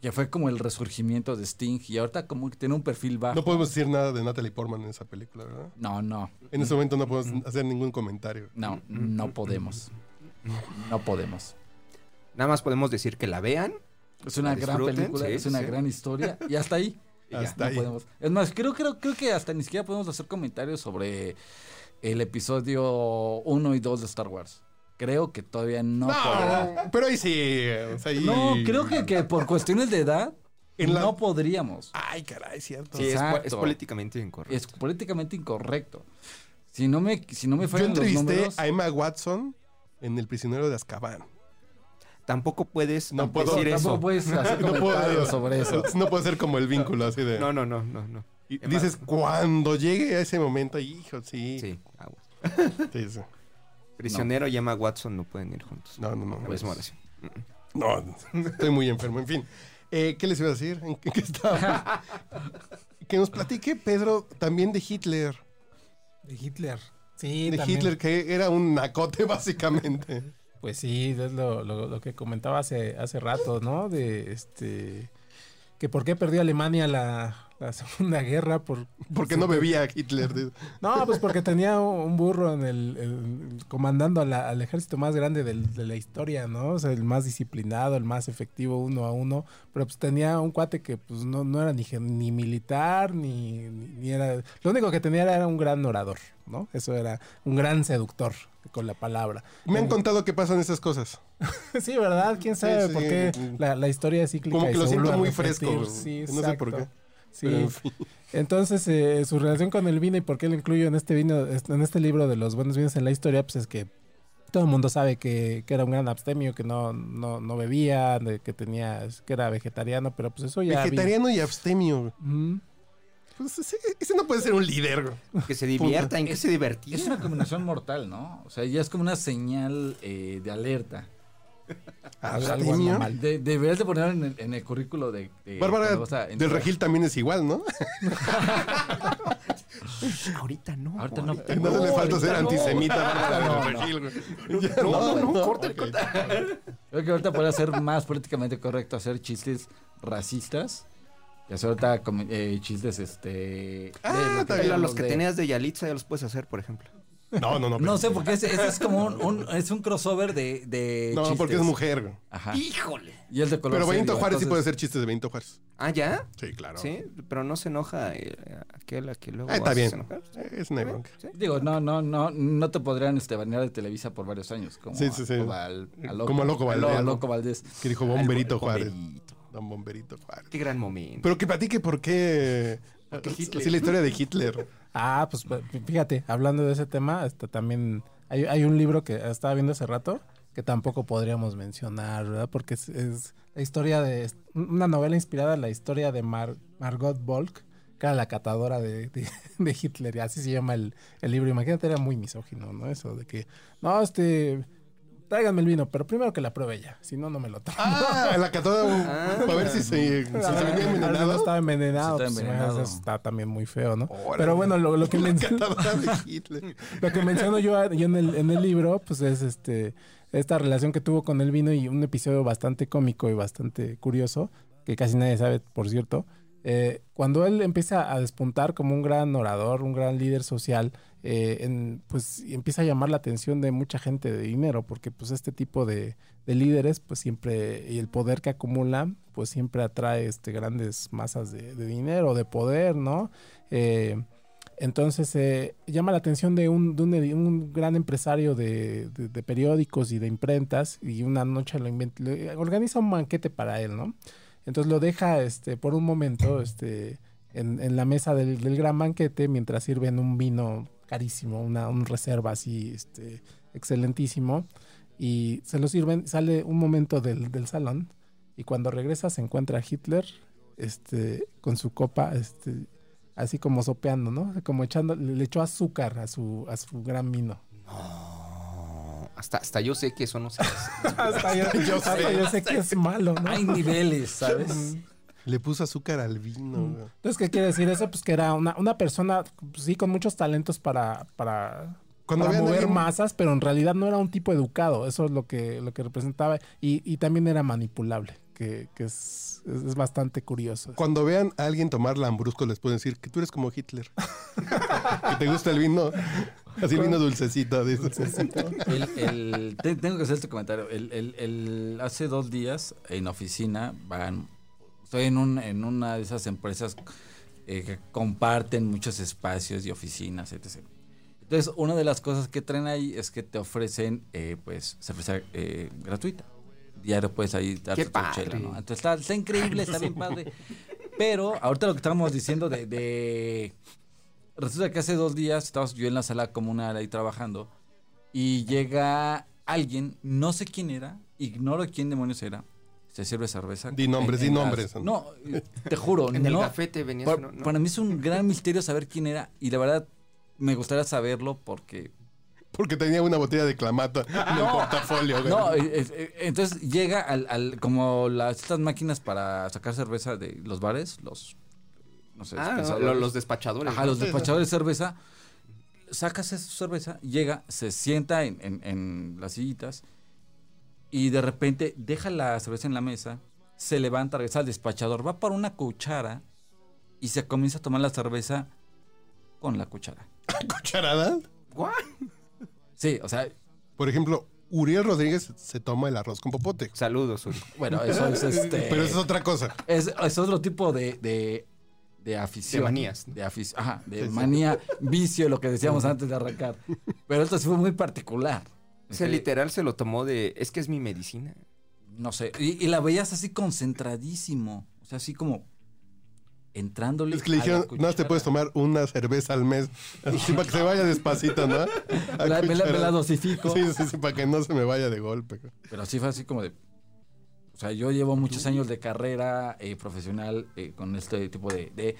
S3: que fue como el resurgimiento de Sting y ahorita como que tiene un perfil bajo.
S1: No podemos decir nada de Natalie Portman en esa película, ¿verdad?
S3: no, no,
S1: En ese momento no podemos hacer ningún comentario.
S3: no,
S1: mm,
S3: no podemos. No podemos.
S2: Nada más podemos decir que la vean.
S3: Es una
S2: La
S3: gran
S2: disfruten,
S3: película,
S2: sí,
S3: es una
S2: sí.
S3: gran historia. Y hasta ahí. Y ya,
S1: Hasta
S3: no
S1: ahí.
S3: podemos. Es más, creo, creo, creo que hasta ni siquiera podemos hacer comentarios sobre el episodio 1 y 2 de Star Wars. Creo que todavía no, podrá-
S1: No, pero ahí sí. o sea, ahí-
S3: No, creo que, que por cuestiones de edad
S1: En la-
S3: no podríamos.
S1: Ay, caray, cierto.
S2: Sí, es, po- es
S3: Exacto.
S2: políticamente incorrecto.
S3: Es políticamente incorrecto. Si no me, si no me
S1: Yo
S3: fallan los
S1: entrevisté
S3: números,
S1: a Emma Watson en El prisionero de Azkaban.
S2: Tampoco puedes
S1: No puedo-
S2: decir
S3: tampoco
S2: eso.
S3: puedes hacer
S1: No puedo,
S3: comentarios sobre eso.
S1: No puedo hacer como el vínculo así de.
S2: No, no, no, no, no.
S1: y
S2: Emma-
S1: dices, cuando llegue a ese momento, hijo, sí.
S2: Sí, aguas.
S1: sí, sí.
S2: Prisionero y Emma Watson no pueden ir juntos.
S1: No, pues. no, no.
S2: La
S3: Pues,
S2: misma oración.
S1: No, estoy muy enfermo. En fin, Eh, ¿qué les iba a decir? ¿En qué, qué estábamos? que nos platique Pedro también de Hitler.
S4: De Hitler. Sí,
S1: de
S4: también.
S1: Hitler, que era un nacote, básicamente.
S4: Pues sí, es lo, lo- lo que comentaba hace, hace rato, ¿no? De este que por qué perdió Alemania la, la Segunda Guerra por...
S1: Porque no bebía Hitler.
S4: No, pues porque tenía un burro en el, el- comandando a la- al ejército más grande del- de la historia, ¿no? O sea, el más disciplinado, el más efectivo uno a uno, pero pues tenía un cuate que pues no, no era ni, gen- ni militar, ni, ni- ni era... Lo único que tenía era, era un gran orador, ¿no? Eso era un gran seductor con la palabra.
S1: Me han contado que pasan esas cosas.
S4: Sí, ¿verdad? ¿Quién sabe
S1: sí.
S4: por qué la, la historia es cíclica?
S1: Como que
S4: y
S1: lo
S4: se
S1: siento
S4: vuelve a
S1: muy
S4: repetir?
S1: fresco, güey.
S4: Sí,
S1: No sé por
S4: exacto.
S1: qué,
S4: Sí.
S1: pero en fin.
S4: Entonces, eh, su relación con el vino y por qué lo incluyo en este vino, en este libro de los buenos vinos en la historia, pues es que todo el mundo sabe que, que era un gran abstemio, que no, no, no bebía, de que tenía, que era vegetariano, pero pues eso ya. vi-
S1: Vegetariano y abstemio. güey.
S4: Mm.
S1: Pues ese, ese no puede ser un líder. güey.
S2: Que se divierta, ¿en qué se divertía?
S3: Es una combinación mortal, ¿no? O sea, ya es como una señal eh, de alerta.
S1: Abstemio.
S3: De- deberías de poner en el, en el currículo de... de-
S1: Bárbara
S3: cuando vas a
S1: del
S3: entrar.
S1: Regil también es igual, ¿no?
S2: Ahorita no.
S3: Ahorita no.
S1: No, le falta ser antisemita Bárbara del Regil. güey. Ya,
S2: No, no,
S1: no,
S2: corta,
S1: ok.
S2: corta.
S3: Creo que ahorita puede ser más políticamente correcto hacer chistes racistas. Y hacer ahorita com- eh, chistes, este...
S1: Ah,
S3: de lo
S1: está bien.
S3: que
S2: Eh, Pero a
S3: hablamos
S2: los que
S3: de-
S2: tenías de Yalitza ya los puedes hacer, por ejemplo.
S1: No, no, no. pero-
S3: No sé, porque ese, ese es como un, un- es un crossover de, de
S1: No,
S3: chistes.
S1: porque es mujer. güey.
S2: Ah.
S3: Ajá.
S2: ¡Híjole!
S3: Y el de color
S1: Pero Benito
S3: serio,
S1: Juárez sí puede
S3: entonces-
S1: hacer chistes de Benito Juárez.
S2: ¿Ah, ya?
S1: Sí, claro.
S2: Sí, pero no se enoja eh, aquel a que luego
S1: Ah, está
S2: haces
S1: bien.
S2: enojar. Sí,
S1: Eh, Es una
S2: bien,
S1: bronca.
S2: sí.
S3: Digo, no, no, no, no te podrían este, banear de Televisa por varios años. Como
S1: Sí, sí,
S3: a-
S1: sí.
S3: Como, al, a loco,
S1: Como a Loco Valdés.
S3: a Loco Valdés.
S1: Que dijo
S3: Al-
S1: Bomberito
S3: al
S1: Juárez.
S3: Bomberito.
S1: Don Bomberito Juárez.
S2: Qué gran momento.
S1: Pero que platique por qué.
S2: Hitler.
S1: Sí, la historia de Hitler.
S4: Ah, pues fíjate, hablando de ese tema, hasta también hay, hay un libro que estaba viendo hace rato que tampoco podríamos mencionar, ¿verdad? Porque es, es la historia de es una novela inspirada en la historia de Mar- Margot Volk, que era la catadora de, de- de Hitler, y así se llama el, el libro. Imagínate, era muy misógino, ¿no? Eso de que, no, este, tráiganme el vino, pero primero que la pruebe ella, si no, no me lo traigo.
S1: Ah, la catada. Para ver si se, si se venía envenenado.
S4: Estaba envenenado.
S3: Sí, estaba
S4: pues,
S3: envenenado.
S4: eso está también muy feo, ¿no?
S1: Órale.
S4: Pero bueno, lo, lo que
S1: La
S4: mencioné-
S1: catada de Hitler.
S4: lo que menciono yo, yo en, el, en el libro, pues es este esta relación que tuvo con el vino y un episodio bastante cómico y bastante curioso, que casi nadie sabe, por cierto. Eh, cuando él empieza a despuntar como un gran orador, un gran líder social, eh, en- pues y empieza a llamar la atención de mucha gente de dinero, porque pues este tipo de, de líderes, pues siempre, y el poder que acumulan, pues siempre atrae este, grandes masas de, de dinero, de poder, ¿no? Eh, entonces eh, llama la atención de un, de un edi- un gran empresario de, de- de periódicos y de imprentas y una noche lo invent- le- organiza un banquete para él, ¿no? Entonces lo deja este, por un momento este, en, en la mesa del, del gran banquete mientras sirven un vino carísimo, una un reserva así este, excelentísimo y se lo sirven, sale un momento del, del salón y cuando regresa se encuentra a Hitler este, con su copa este, así como sopeando, ¿no? Como echando, le le echó azúcar a su, a su gran vino.
S2: No, hasta, hasta yo sé que eso no se hace.
S4: Hasta yo, hasta yo sé que es malo, ¿no?
S3: Hay niveles, ¿sabes?
S1: Le puso azúcar al vino. güey.
S4: Entonces, ¿qué quiere decir eso? Pues que era una, una persona, pues, sí, con muchos talentos para, para,
S1: Cuando
S4: para
S1: vean a
S4: mover
S1: alguien-
S4: masas, pero en realidad no era un tipo educado. Eso es lo que, lo que representaba. Y, y también era manipulable, que, que es, es- es bastante curioso.
S1: Cuando vean a alguien tomar lambrusco, les pueden decir que tú eres como Hitler. que te gusta el vino. Así el vino dulcecito. dice.
S3: El, el- te- tengo que hacer este comentario. El, el- el- hace dos días en oficina van. Estoy en, un- en una de esas empresas eh, que comparten muchos espacios y oficinas, etc. Entonces, una de las cosas que traen ahí es que te ofrecen, eh, pues, se ofrece eh, gratuita. Diario puedes ahí darte
S2: ¡Qué
S3: tu
S2: padre!
S3: chela, ¿no? Entonces, está, está increíble, está bien padre. Pero ahorita lo que estábamos diciendo de- de Resulta que hace dos días estaba yo en la sala comunal ahí trabajando y llega alguien, no sé quién era, ignoro quién demonios era, se sirve cerveza.
S1: Di nombres,
S3: En-
S1: di
S3: en
S1: nombres.
S3: las- no, te juro,
S2: En el
S3: no.
S2: gafete venías.
S3: Pa-
S2: no, Ah, no.
S3: Para mí es un gran misterio saber quién era y la verdad me gustaría saberlo porque...
S1: Porque tenía una botella de clamato en el portafolio. güey.
S3: No, eh, eh, entonces llega al, al- como las, estas máquinas para sacar cerveza de los bares, los... No sé,
S2: Ah, no,
S3: dispensadores.
S2: lo- los despachadores.
S3: Ajá,
S2: ¿no?
S3: los despachadores de cerveza. Sacas su cerveza, llega, se sienta en, en- en las sillitas y de repente deja la cerveza en la mesa, se levanta, regresa al despachador, va por una cuchara y se comienza a tomar la cerveza con la cuchara.
S1: ¿Cucharadas?
S3: Sí, o sea,
S1: Por ejemplo, Uriel Rodríguez se toma el arroz con popote.
S2: Saludos, Uri.
S3: bueno, eso es este.
S1: Pero eso es otra cosa.
S3: Es, es otro tipo de, de, de afición.
S2: De manías.
S3: De afición. Ajá, de manía, vicio, lo que decíamos antes de arrancar. Pero esto sí fue muy particular.
S2: O
S3: Eh,
S2: sea, literal se lo tomó de. Es que es mi medicina.
S3: No sé. Y, y la veías así concentradísimo. O sea, así como entrándole.
S1: Es que le
S3: a la
S1: dijeron, no te
S3: cuchara".
S1: puedes tomar una cerveza al mes. Así para que se vaya despacito, ¿no? A
S3: Me la, me la- me la
S1: cucharadas.
S3: dosifico.
S1: Sí, sí, sí, para que no se me vaya de golpe.
S3: Pero sí fue así como de. O sea, yo llevo muchos años de carrera eh, profesional eh, con este tipo de, de-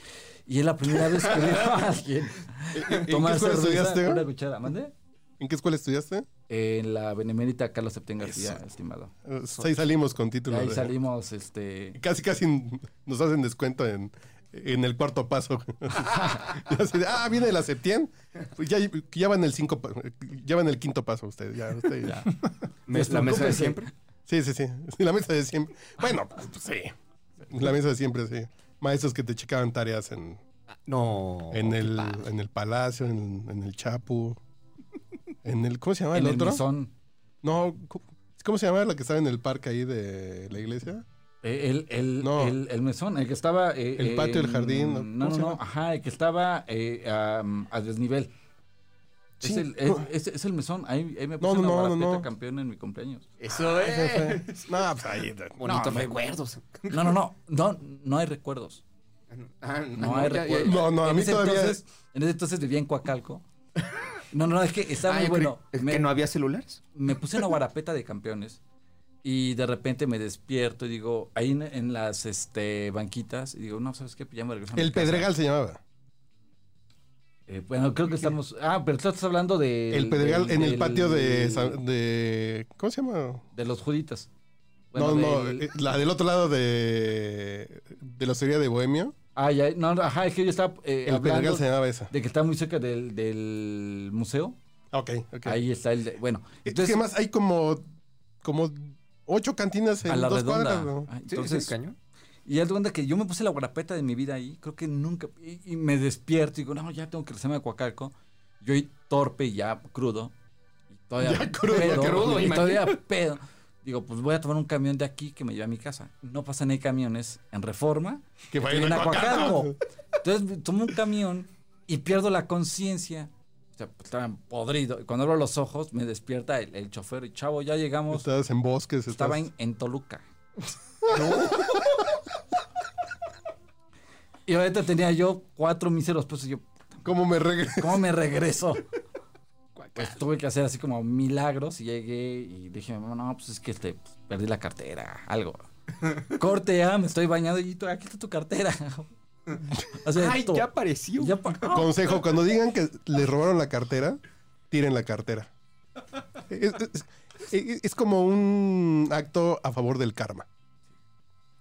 S3: Y es la primera vez que veo a alguien
S1: ¿En qué
S3: tomar
S1: escuela
S3: cerveza
S1: estudiaste?
S3: con una
S1: güey?
S3: cuchara. ¿Mande?
S1: ¿En qué escuela estudiaste?
S3: En la benemérita Carlos Septién García, estimado.
S1: Eh, Ahí salimos con
S3: De
S1: título.
S3: ahí
S1: de-
S3: salimos, este.
S1: Casi, casi nos hacen descuento en, en el cuarto paso. Y así de, ah, viene la septiembre. Ya, ya van el cinco, pa- ya van el quinto paso ustedes. Ya, ustedes ya.
S2: Me- la mesa de siempre.
S1: Sí, sí, sí. La mesa de siempre. Bueno, pues, sí. La mesa de siempre, sí. Maestros que te checaban tareas en,
S2: No.
S1: en,
S2: qué
S1: el,
S2: padre.
S1: en el Palacio, en, en el Chapu, en el... ¿Cómo se llama el,
S3: en el
S1: otro?
S3: mesón.
S1: no, ¿cómo- ¿cómo se llama la que estaba en el parque ahí de la iglesia?
S3: Eh, El, el,
S1: No.
S3: el, el mesón, el que estaba. eh,
S1: El patio, el
S3: en-
S1: jardín, ¿no?
S3: No,
S1: ¿Cómo
S3: no,
S1: se
S3: no,
S1: llama?
S3: ajá, el que estaba eh, am, a desnivel. Es,
S1: Sí.
S3: el, es, es- es el mesón, ahí, ahí me puse
S1: no,
S3: una
S1: no, no,
S3: barapeta
S1: no.
S3: campeón en mi cumpleaños.
S2: Ah, Eso es.
S1: No, pues ahí...
S2: Bonitos
S3: No, no.
S2: recuerdos.
S3: No, no, no, no, no hay recuerdos.
S2: Ah,
S3: No hay
S2: ya- ya-
S3: recuerdos.
S1: No, no, a
S3: En
S1: mí
S3: ese
S1: todavía...
S3: Entonces, en ese entonces vivía en Coacalco. No, no, es que está
S2: Ah,
S3: muy
S2: yo
S3: bueno.
S2: creí- ¿Que
S3: Me-
S2: no había celulares?
S3: me puse una guarapeta de campeones y de repente me despierto y digo, ahí en, en las este, banquitas, y digo, no, ¿sabes qué? Ya me regreso a mi
S1: El
S3: casa.
S1: Pedregal se llamaba.
S3: Eh, bueno, creo que estamos... Ah, pero tú estás hablando de...
S1: El Pedregal en el patio de, San-
S3: De,
S1: de- ¿Cómo se llama?
S3: los juditas.
S1: no, no,
S3: del-
S1: eh, la del otro lado de, de la serie de Bohemio.
S3: ah, ya, no, no, ajá, es que yo estaba eh,
S1: El
S3: hablando
S1: Pedregal se llamaba esa.
S3: de que está muy cerca del, del museo.
S1: Ok, ok.
S3: Ahí está el... de- bueno,
S1: Entonces,
S3: entonces...
S1: más hay como, como ocho cantinas en
S3: a la
S1: dos
S3: redonda.
S1: cuadras. ¿no?
S3: Ah,
S2: Sí,
S3: Entonces,
S2: sí, cañón.
S3: Y es cuenta que yo me puse la guarapeta de mi vida ahí, creo que nunca, y, y me despierto y digo, no, ya tengo que regresarme a Coacalco. Yo ahí torpe y ya crudo. Y todavía
S1: Ya crudo,
S3: pedo,
S2: crudo,
S3: y
S2: imagínate.
S3: todavía pedo. Digo, pues voy a tomar un camión de aquí que me lleve a mi casa. No pasan ahí camiones en reforma
S1: Que
S3: que
S1: vayan
S3: vienen
S1: a
S3: a
S1: Coacalco.
S3: Coacalco. Entonces tomo un camión y pierdo la conciencia. O sea, pues, estaba podrido. Y cuando abro los ojos me despierta el, el chofer y chavo, ya llegamos.
S1: Estabas en bosques.
S3: Estaba
S1: estabas-
S3: en, en Toluca. Y ahorita tenía yo cuatro míseros pesos. Y yo,
S1: ¿Cómo me regresé?
S3: ¿cómo me regreso? Pues tuve que hacer así como milagros y llegué y dije, "Mamá, no, pues es que este, pues, perdí la cartera, algo. Corte ya, me estoy bañando y tú, aquí está tu cartera. O sea,
S2: Ay,
S3: esto-
S2: ya apareció.
S3: ya pa-
S1: Consejo, cuando digan que les robaron la cartera, tiren la cartera. Es, es- es como un acto a favor del karma.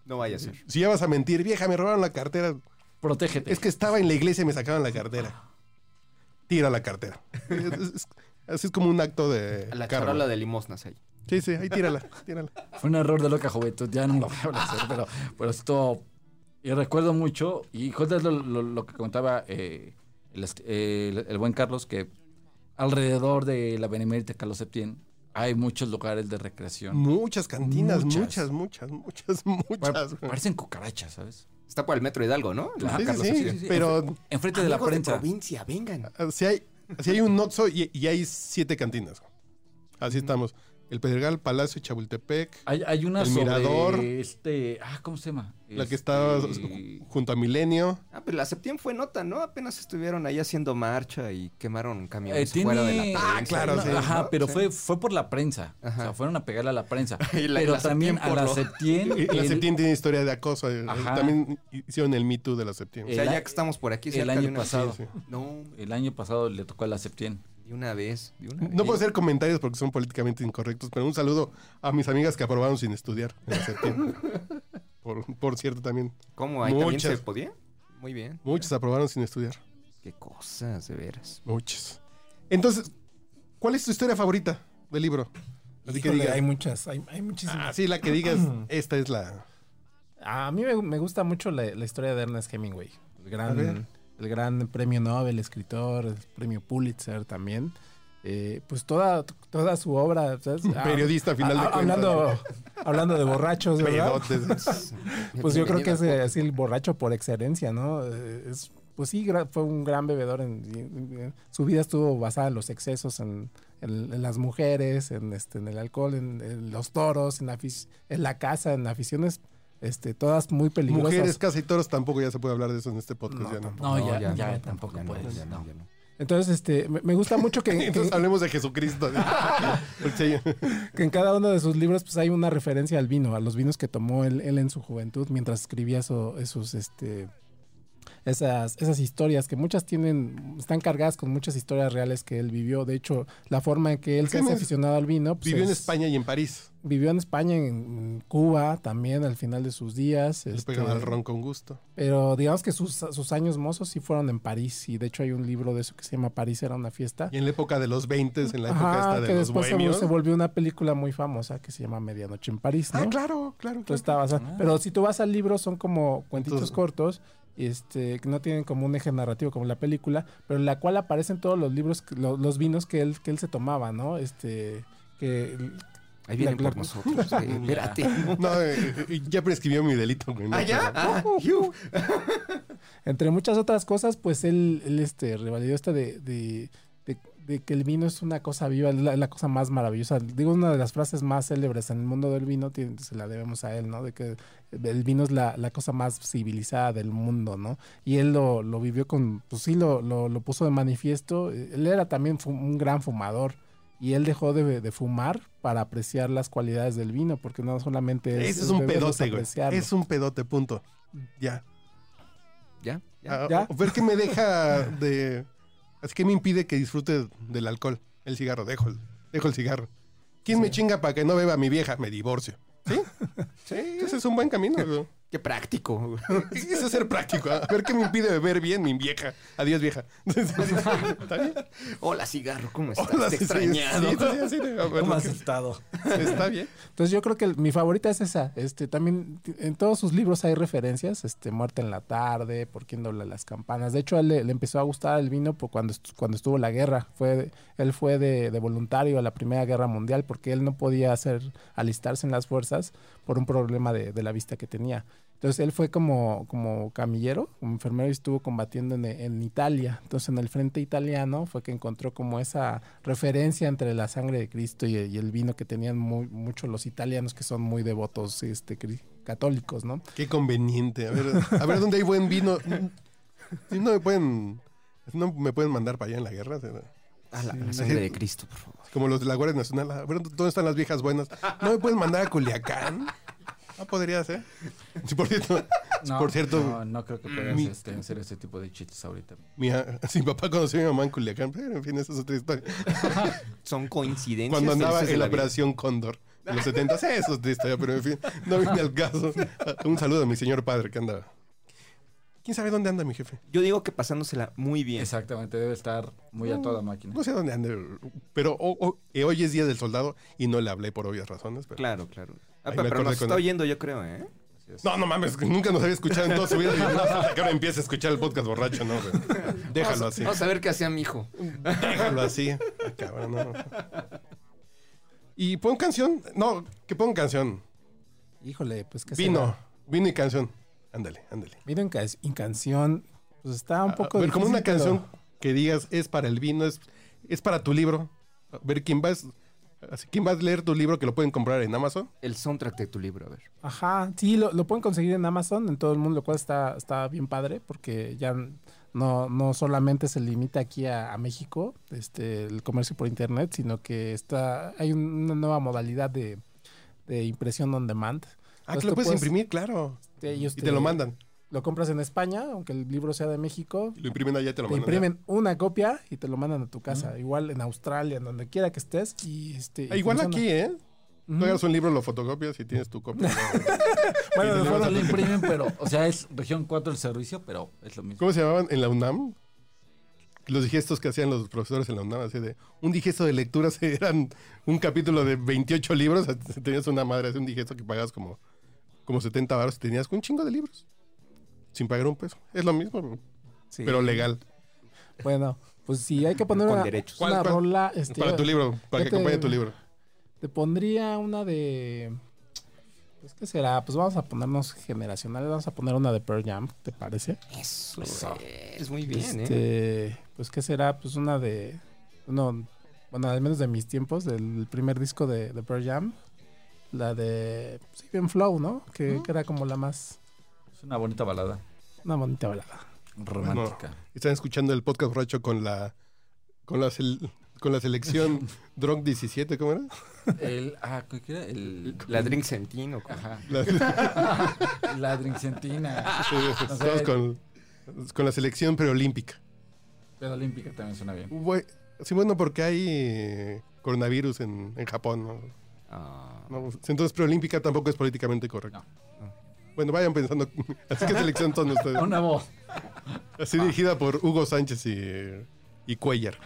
S2: No vaya a ser.
S1: Si ya vas a mentir, vieja, me robaron la cartera.
S3: protégete.
S1: Es que estaba en la iglesia y me sacaban la cartera. Tira la cartera. Es- es- es- así es como un acto de
S2: A La
S1: karma.
S2: charola de limosnas ahí.
S1: Sí, sí, ahí tírala, tírala.
S3: Fue un error de loca juventud, ya no lo voy a volver a
S1: Ah.
S3: hacer, pero, pero esto. Y recuerdo mucho, y es lo, lo- lo que comentaba eh, el, est- eh, el- el buen Carlos, que alrededor de la Benemérita Carlos Septién hay muchos lugares de recreación.
S1: Muchas cantinas, muchas, muchas,
S3: Muchas.
S1: muchas,
S3: Pa-
S1: muchas.
S3: Parecen cucarachas, ¿sabes? Ah,
S2: Está por el metro Hidalgo, ¿no? La
S1: Sí,
S2: Carlos
S1: sí, sí,
S2: Septién.
S3: sí.
S1: pero
S3: Enfrente de la
S2: Amigos
S3: prensa.
S2: provincia, vengan.
S1: ah, si hay, si hay un Noxo y, y hay siete cantinas. Así estamos. El Pedregal, Palacio, Chabultepec,
S3: hay, hay una
S1: El
S3: sobre
S1: Mirador.
S3: este. Ah, ¿cómo se llama?
S1: la que estaba
S3: Este,
S1: junto a Milenio.
S2: Ah, pero la Septién fue nota, ¿no? Apenas estuvieron ahí haciendo marcha y quemaron
S3: Eh,
S2: camiones
S3: tiene...
S2: fuera de la
S3: Ah,
S2: prensa,
S1: claro,
S2: ¿no?
S1: sí.
S3: Ajá,
S2: ¿no?
S3: pero
S2: Sí.
S3: fue, fue por la prensa.
S2: Ajá.
S3: O sea, fueron a pegarle a la prensa.
S2: Y la-
S3: pero
S2: la
S3: también
S2: Septién
S3: a la
S2: por lo-
S3: Septién.
S1: Y La
S3: el-
S1: Septién tiene historia de acoso. eh,
S3: Ajá.
S1: También hicieron el Me Too de la Septién.
S2: O sea,
S3: el
S2: ya
S3: a-
S2: que estamos por aquí.
S3: el
S2: cerca
S3: año
S2: de una-
S3: pasado.
S1: Sí, sí.
S2: No,
S3: El año pasado le tocó a la Septién.
S2: de una vez. De una
S1: No
S2: vez.
S1: puedo hacer comentarios porque son políticamente incorrectos, pero un saludo a mis amigas que aprobaron sin estudiar en la Septién. por, por cierto, también.
S2: ¿Cómo? ¿Ahí también se
S1: Muchas.
S2: podía? Muy bien.
S1: Muchas aprobaron sin estudiar.
S2: Qué cosas, de veras.
S1: Muchas. Entonces, ¿cuál es tu historia favorita del libro? Así que
S4: Híjole,
S1: digas.
S4: hay muchas, hay, hay muchísimas.
S1: Así la que digas, esta es la.
S4: A mí me, me gusta mucho la, la historia de Ernest Hemingway. El
S1: A ver.
S4: gran, el gran premio Nobel, escritor, el premio Pulitzer también. Eh, pues toda, toda su obra. ¿sabes? Ah,
S1: Periodista, a final
S4: ah,
S1: de cuentas.
S4: hablando, hablando de borrachos, ¿verdad?
S1: Pedotes.
S4: Pues yo creo que es eh, así el borracho por excelencia, ¿no? Eh, es- pues sí, gra- fue un gran bebedor. en- y- y- su vida estuvo basada en los excesos, en, en- en las mujeres, en, este, en el alcohol, en, en los toros, en, la afic- en la casa, en aficiones, este, todas muy peligrosas.
S1: Mujeres, casi toros, tampoco ya se puede hablar de eso en este podcast.
S4: No,
S1: ya no.
S4: tampoco.
S3: No, ya, ya,
S4: ya
S3: tampoco puedes.
S2: ya
S3: no.
S2: ya no.
S4: Entonces, este, me, me gusta mucho que, que-
S1: Entonces hablemos de Jesucristo. Porque
S4: Pues
S1: sí,
S4: que en cada uno de sus libros pues, hay una referencia al vino, a los vinos que tomó él, él en su juventud mientras escribía su- esos, este, esas, esas historias, que muchas tienen, están cargadas con muchas historias reales que él vivió. De hecho, la forma en que él se
S1: Sí,
S4: hace
S1: me-
S4: aficionado al vino. pues,
S1: Vivió en
S4: es-
S1: España y en París.
S4: Vivió en España, en, en Cuba también, al final de sus días.
S1: Le
S4: este,
S1: pegan al ron con gusto.
S4: Pero digamos que sus, sus años mozos sí fueron en París. Y de hecho hay un libro de eso que se llama París era una fiesta.
S1: Y en la época de los 20, en la época
S4: Ajá,
S1: esta
S4: que
S1: de los
S4: después se vol-
S1: bohemios.
S4: se volvió una película muy famosa que se llama Medianoche en París, ¿no?
S1: Ah, claro, claro.
S4: Tú
S1: claro.
S4: estabas- ah, Pero si tú vas al libro, son como cuentitos
S1: Entonces-
S4: cortos, este, que no tienen como un eje narrativo como la película, pero en la cual aparecen todos los libros, que- lo- los vinos que él, que él se tomaba, ¿no? Este, que
S2: Ahí vienen
S4: La- la-
S2: por nosotros. eh, espérate.
S1: No, eh, eh, ya prescribió mi delito, güey. ¿no?
S2: ¿Ah, ya?
S1: Pero-
S2: Ah,
S1: uh.
S2: yu.
S4: entre muchas otras cosas, pues él, él, este, revalidó esta de, de- de- de que el vino es una cosa viva, es la, la cosa más maravillosa. Digo, una de las frases más célebres en el mundo del vino, tiene- se la debemos a él, ¿no? De que el vino es la, la cosa más civilizada del mundo, ¿no? Y él lo, lo vivió con, pues sí, lo, lo, lo puso de manifiesto. Él era también fu- un gran fumador. Y él dejó de, de fumar para apreciar las cualidades del vino, porque no solamente es...
S1: Ese es un
S4: debemos
S1: pedote, güey.
S4: apreciarlo.
S1: Es un pedote, punto. Ya.
S2: ¿Ya? ya.
S1: A,
S4: ¿Ya?
S1: a ver qué me deja de. Es que me impide que disfrute del alcohol. El cigarro, dejo el, dejo el cigarro. ¿Quién me chinga para que no beba mi vieja? Me divorcio. ¿Sí? sí. Ese es un buen camino. güey.
S2: Qué práctico.
S1: Eso es ser práctico. A ver qué me impide beber bien mi vieja. Adiós, vieja. ¿Está bien?
S2: Hola, cigarro, ¿cómo estás?
S1: Hola,
S2: Te he
S1: sí, sí,
S2: extrañado.
S1: sí, sí, sí, sí, a ver,
S3: ¿Cómo
S1: lo
S3: has
S1: que-
S3: estado?
S1: Está bien.
S4: Entonces yo creo que el- mi favorita es esa. Este, también t- en todos sus libros hay referencias, este, Muerte en la tarde, Por quién dobla las campanas. De hecho, a él le, le empezó a gustar el vino por cuando, estu- cuando estuvo la guerra. Fue, él fue de, de voluntario a la Primera Guerra Mundial porque él no podía hacer alistarse en las fuerzas por un problema de, de la vista que tenía. Entonces él fue como, como camillero, como enfermero y estuvo combatiendo en, en Italia. Entonces en el frente italiano fue que encontró como esa referencia entre la sangre de Cristo y, y el vino que tenían muy, mucho los italianos que son muy devotos este, cri- católicos, ¿no?
S1: Qué conveniente. A ver, a ver dónde hay buen vino. Si no me pueden. No me pueden mandar para allá en la guerra. ¿será?
S2: A la, a la sangre de Cristo, por favor.
S1: Como los de la Guardia Nacional. A ver, ¿dónde están las viejas buenas? No me pueden mandar a Culiacán. No podría ser. Sí, por cierto,
S3: No,
S1: por cierto
S3: no, no creo que puedas
S1: mi-
S3: este, hacer ese tipo de chistes ahorita.
S1: mi, sí, mi papá conoció a mi mamá en Culiacán. Pero en fin, esa es otra historia.
S2: Son coincidencias.
S1: Cuando andaba
S2: felices de
S1: en la
S2: vida.
S1: Operación Cóndor. En los 70 sí, eso es otra historia, pero en fin, no viene al caso. Un saludo a mi señor padre que andaba. ¿Quién sabe dónde anda mi jefe?
S2: Yo digo que pasándosela muy bien.
S3: Exactamente, debe estar muy a toda máquina.
S1: No sé dónde ande, pero ho- ho- eh, hoy es Día del Soldado y no le hablé por obvias razones. Pero...
S2: Claro, claro. Ah,
S1: Ahí
S2: pero
S1: me
S2: pero
S1: acordé
S2: nos
S1: con
S2: está
S1: él.
S2: oyendo, yo creo, ¿eh?
S1: No, no mames, que nunca nos había escuchado en toda su vida. Y no, hasta que ahora empieza a escuchar el podcast borracho, no, güey. Déjalo
S2: Vamos-
S1: así,
S2: Vamos a ver qué hacía mi hijo.
S1: déjalo así. Ay, Cabrón, no. Y pon canción, no, que pon canción.
S4: Híjole, pues que
S1: Vino, vino y canción. Ándale, ándale.
S4: Vino en, ca- en canción, pues está un poco...
S1: Ah, A ver, como una
S4: difícil, pero-
S1: canción que digas es para el vino, es, es para tu libro. A ver, ¿quién vas, así, ¿quién vas a leer tu libro que lo pueden comprar en Amazon?
S2: El soundtrack de tu libro, a ver.
S4: Ajá, sí, lo, lo pueden conseguir en Amazon, en todo el mundo, lo cual está, está bien padre, porque ya no, no solamente se limita aquí a, a México, este, el comercio por internet, sino que está, hay un- una nueva modalidad de, de impresión on demand.
S1: Ah,
S4: Entonces
S1: que lo
S4: Pues tú
S1: puedes
S4: puedes-
S1: imprimir, claro.
S4: Este, ellos
S1: Y te lo mandan.
S4: Lo compras en España, aunque el libro sea de México,
S1: Lo imprimen allá y te lo
S4: te
S1: mandan.
S4: imprimen una copia y te lo mandan a tu casa, igual en Australia, en donde quiera que estés, y este
S1: Ah, Igual
S4: funciona.
S1: aquí, ¿eh? Tú
S4: Ujú.
S1: agarras un libro, lo fotocopias y tienes tu copia.
S4: Bueno,
S1: Y
S4: de
S1: te
S3: No,
S1: mandan-
S3: no lo imprimen, pero, o sea, es región 4 el servicio, pero es lo mismo.
S1: ¿Cómo se llamaban en la UNAM? Los digestos que hacían los profesores en la UNAM, así de un digesto de lecturas eran un capítulo de 28 libros, tenías una madre, así un digesto que pagabas como, como 70 baros y tenías un chingo de libros. sin pagar un peso. Es lo mismo,
S4: Sí.
S1: pero legal.
S4: Bueno, pues sí, hay que poner
S2: Con
S4: una,
S2: derechos.
S4: una
S1: ¿Cuál- cuál?
S4: rola. este,
S1: Para tu libro, para
S4: ya
S1: que
S4: te-
S1: acompañe tu libro.
S4: Te pondría una de. Pues, ¿qué será? Pues vamos a ponernos generacionales. Vamos a poner una de Pearl Jam, ¿te parece?
S2: Eso es muy bien, ¿eh?
S4: Este, pues qué será, pues una de, no, bueno, al menos de mis tiempos, del primer disco de, de Pearl Jam, la de sí, bien Flow, ¿no? Que, que era como la más,
S3: Es una bonita balada
S4: una bonita balada.
S3: romántica.
S1: Están escuchando el podcast borracho con la con la, sel- con la selección Drunk 17, ¿cómo era?
S3: El, ah, ¿qué era? El,
S2: La Drink Sentino. co-
S3: Ajá.
S1: La-
S3: La drincentina.
S1: Estamos con, con la selección preolímpica.
S3: Pero olímpica también suena bien.
S1: Bue- Sí, bueno, porque hay eh, coronavirus en, en Japón. ¿no?
S2: Ah,
S1: No, entonces preolímpica tampoco es políticamente correcto. Bueno, vayan pensando. Así que selección son ustedes.
S3: Una voz.
S1: Así dirigida por Hugo Sánchez y, y Cuellar.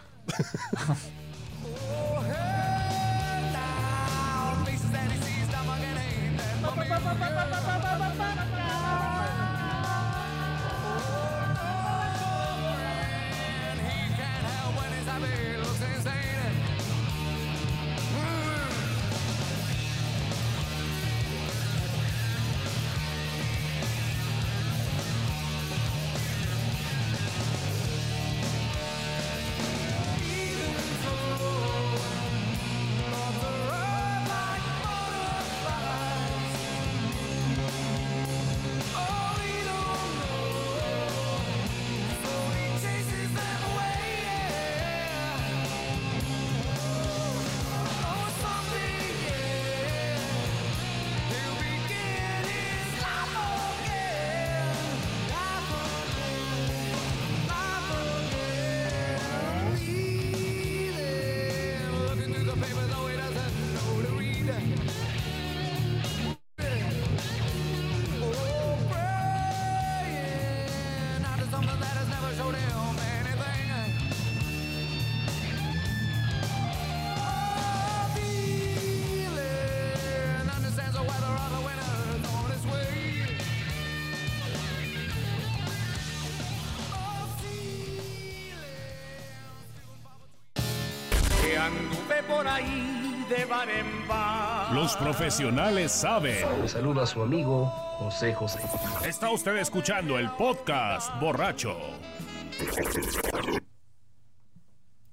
S5: Los profesionales saben.
S6: Le saluda su amigo José José.
S5: Está usted escuchando el podcast borracho.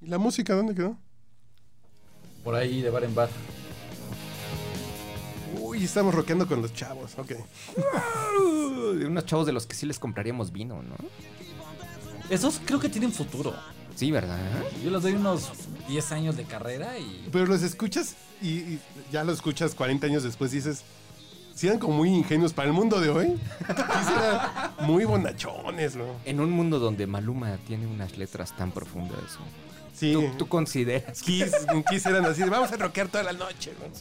S1: ¿Y la música dónde quedó?
S3: Por ahí de bar en bar.
S1: Uy, estamos rockeando con los chavos. Ok.
S2: de unos chavos de los que sí les compraríamos vino, ¿no?
S3: Esos creo que tienen futuro.
S2: Sí, ¿verdad?
S3: Yo les doy unos 10 años de carrera y.
S1: Pero los escuchas y, y ya los escuchas 40 años después y dices, si eran como muy ingenios para el mundo de hoy. Sí, eran muy bonachones, ¿no?
S2: En un mundo donde Maluma tiene unas letras tan profundas, ¿no?
S1: Sí.
S2: ¿tú, tú consideras?
S1: Kiss, en Kiss eran así, de, vamos a rockear toda la noche. ¿no?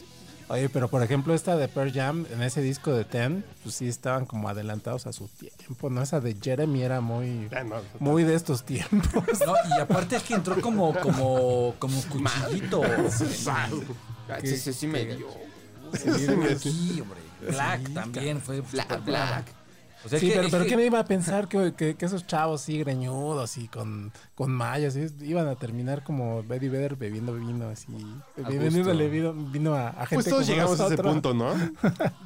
S4: Oye, pero por ejemplo esta de Pearl Jam, en ese disco de Ten, pues sí estaban como adelantados a su tiempo, ¿no? Esa de Jeremy era muy,
S1: Ah, no.
S4: muy de estos tiempos.
S3: No, y aparte es que entró como, como, como cuchillito.
S2: Ah, Sí, sí, sí, me dio.
S3: Sí, hombre. Black también fue.
S2: Black, black.
S3: O sea,
S4: sí,
S3: que-
S4: pero,
S3: es
S4: pero
S3: que-
S4: ¿quién iba a pensar que, que- que esos chavos así greñudos y con, con mallas y es- iban a terminar como Betty Vedder bebiendo vino así? Bebiéndole vino, vino a, a gente
S1: Pues todos
S4: como
S1: llegamos a ese
S4: nosotros.
S1: punto, ¿no?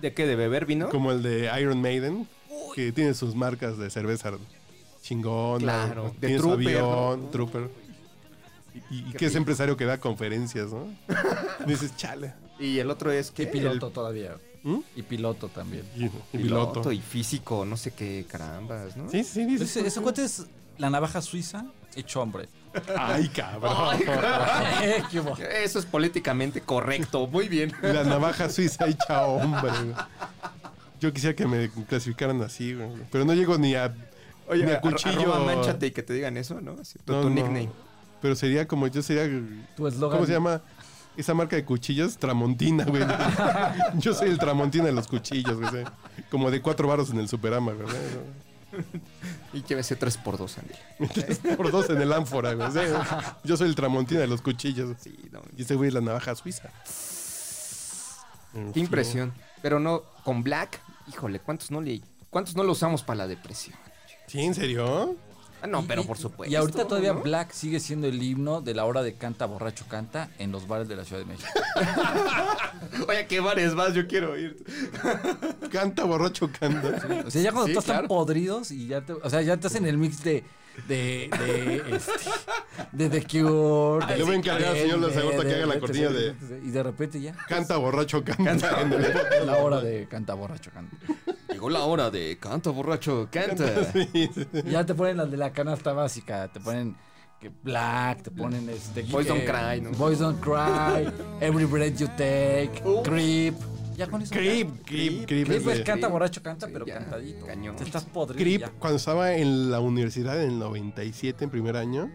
S2: ¿De qué? ¿De beber vino?
S1: Como el de Iron Maiden, que tiene sus marcas de cerveza chingón,
S2: Claro,
S1: ¿no?
S2: de
S1: tiene su
S2: Trooper,
S1: avión, Trooper. Y, y- y que es empresario que da conferencias, ¿no? Dices, chale.
S2: Y el otro es
S3: Y
S2: que...
S3: piloto todavía.
S1: ¿Mm?
S3: Y piloto también.
S1: Y, y piloto.
S2: y físico, no sé qué carambas, ¿no?
S1: Sí, sí, dices.
S3: Ese, ese cuate es la navaja suiza hecho hombre.
S1: Ay, cabrón. Ah.
S3: ¿Qué hubo?
S2: Eso es políticamente correcto, muy bien.
S1: La navaja suiza hecha hombre. güey. Yo quisiera que me clasificaran así, güey. Pero no llego ni a. ni a
S2: ar-
S1: cuchillo.
S2: arroba manchate y que te digan eso, ¿no? Así, tu
S1: No,
S2: tu
S1: no.
S2: nickname.
S1: Pero sería como. Yo sería.
S3: Tu eslogan.
S1: ¿Cómo se llama? Esa marca de cuchillos, Tramontina, güey. Yo soy el Tramontina de los cuchillos, güey. sí. Como de cuatro varos en el Superama, güey.
S2: Y llévese 3x2, Ángel.
S1: Por dos en el ánfora, güey. sí. Yo soy el Tramontina de los cuchillos.
S2: Sí, no.
S1: Y ese güey es la navaja suiza. En
S2: Qué
S1: fin.
S2: impresión. Pero no, con Black, híjole, ¿cuántos no le, cuántos no lo usamos para la depresión?
S1: ¿Sí, en serio?
S2: Ah, no,
S3: Y-
S2: pero
S3: y-
S2: por supuesto.
S3: Y ahorita todavía
S2: ¿no?
S3: Black sigue siendo el himno de la hora de canta borracho canta en los bares de la Ciudad de México.
S2: Oye, ¿qué bares vas? Yo quiero ir.
S1: Canta, borracho, canta.
S3: O sea, ya cuando
S2: Sí,
S3: todos
S2: claro.
S3: están podridos y ya te, o sea, ya te hacen el mix de de de, este, de The Cure. de-
S1: Yo voy a encargar al
S3: de-
S1: señor
S3: de-
S1: Lanzagorta que
S3: de-
S1: haga la
S3: de-
S1: cortina de-
S3: y de repente ya
S1: Canta, borracho, canta.
S3: la hora de canta borracho canta.
S2: Llegó la hora de canta, borracho, canta.
S1: Sí, sí.
S3: Y ya te ponen las de la canasta básica, te ponen que Black, te ponen este
S2: Boys Don't Cry, ¿no?
S3: Boys Don't Cry, Every Breath You Take, Creep. Ya con eso.
S1: Creep, creep, creep.
S3: Creep es
S1: ese.
S3: canta
S2: Sí.
S3: borracho canta,
S2: Sí,
S3: pero
S2: ya,
S3: cantadito.
S2: cañón.
S3: Te estás podrido.
S1: Creep,
S3: ya.
S1: cuando estaba en la universidad en el 97, en primer año,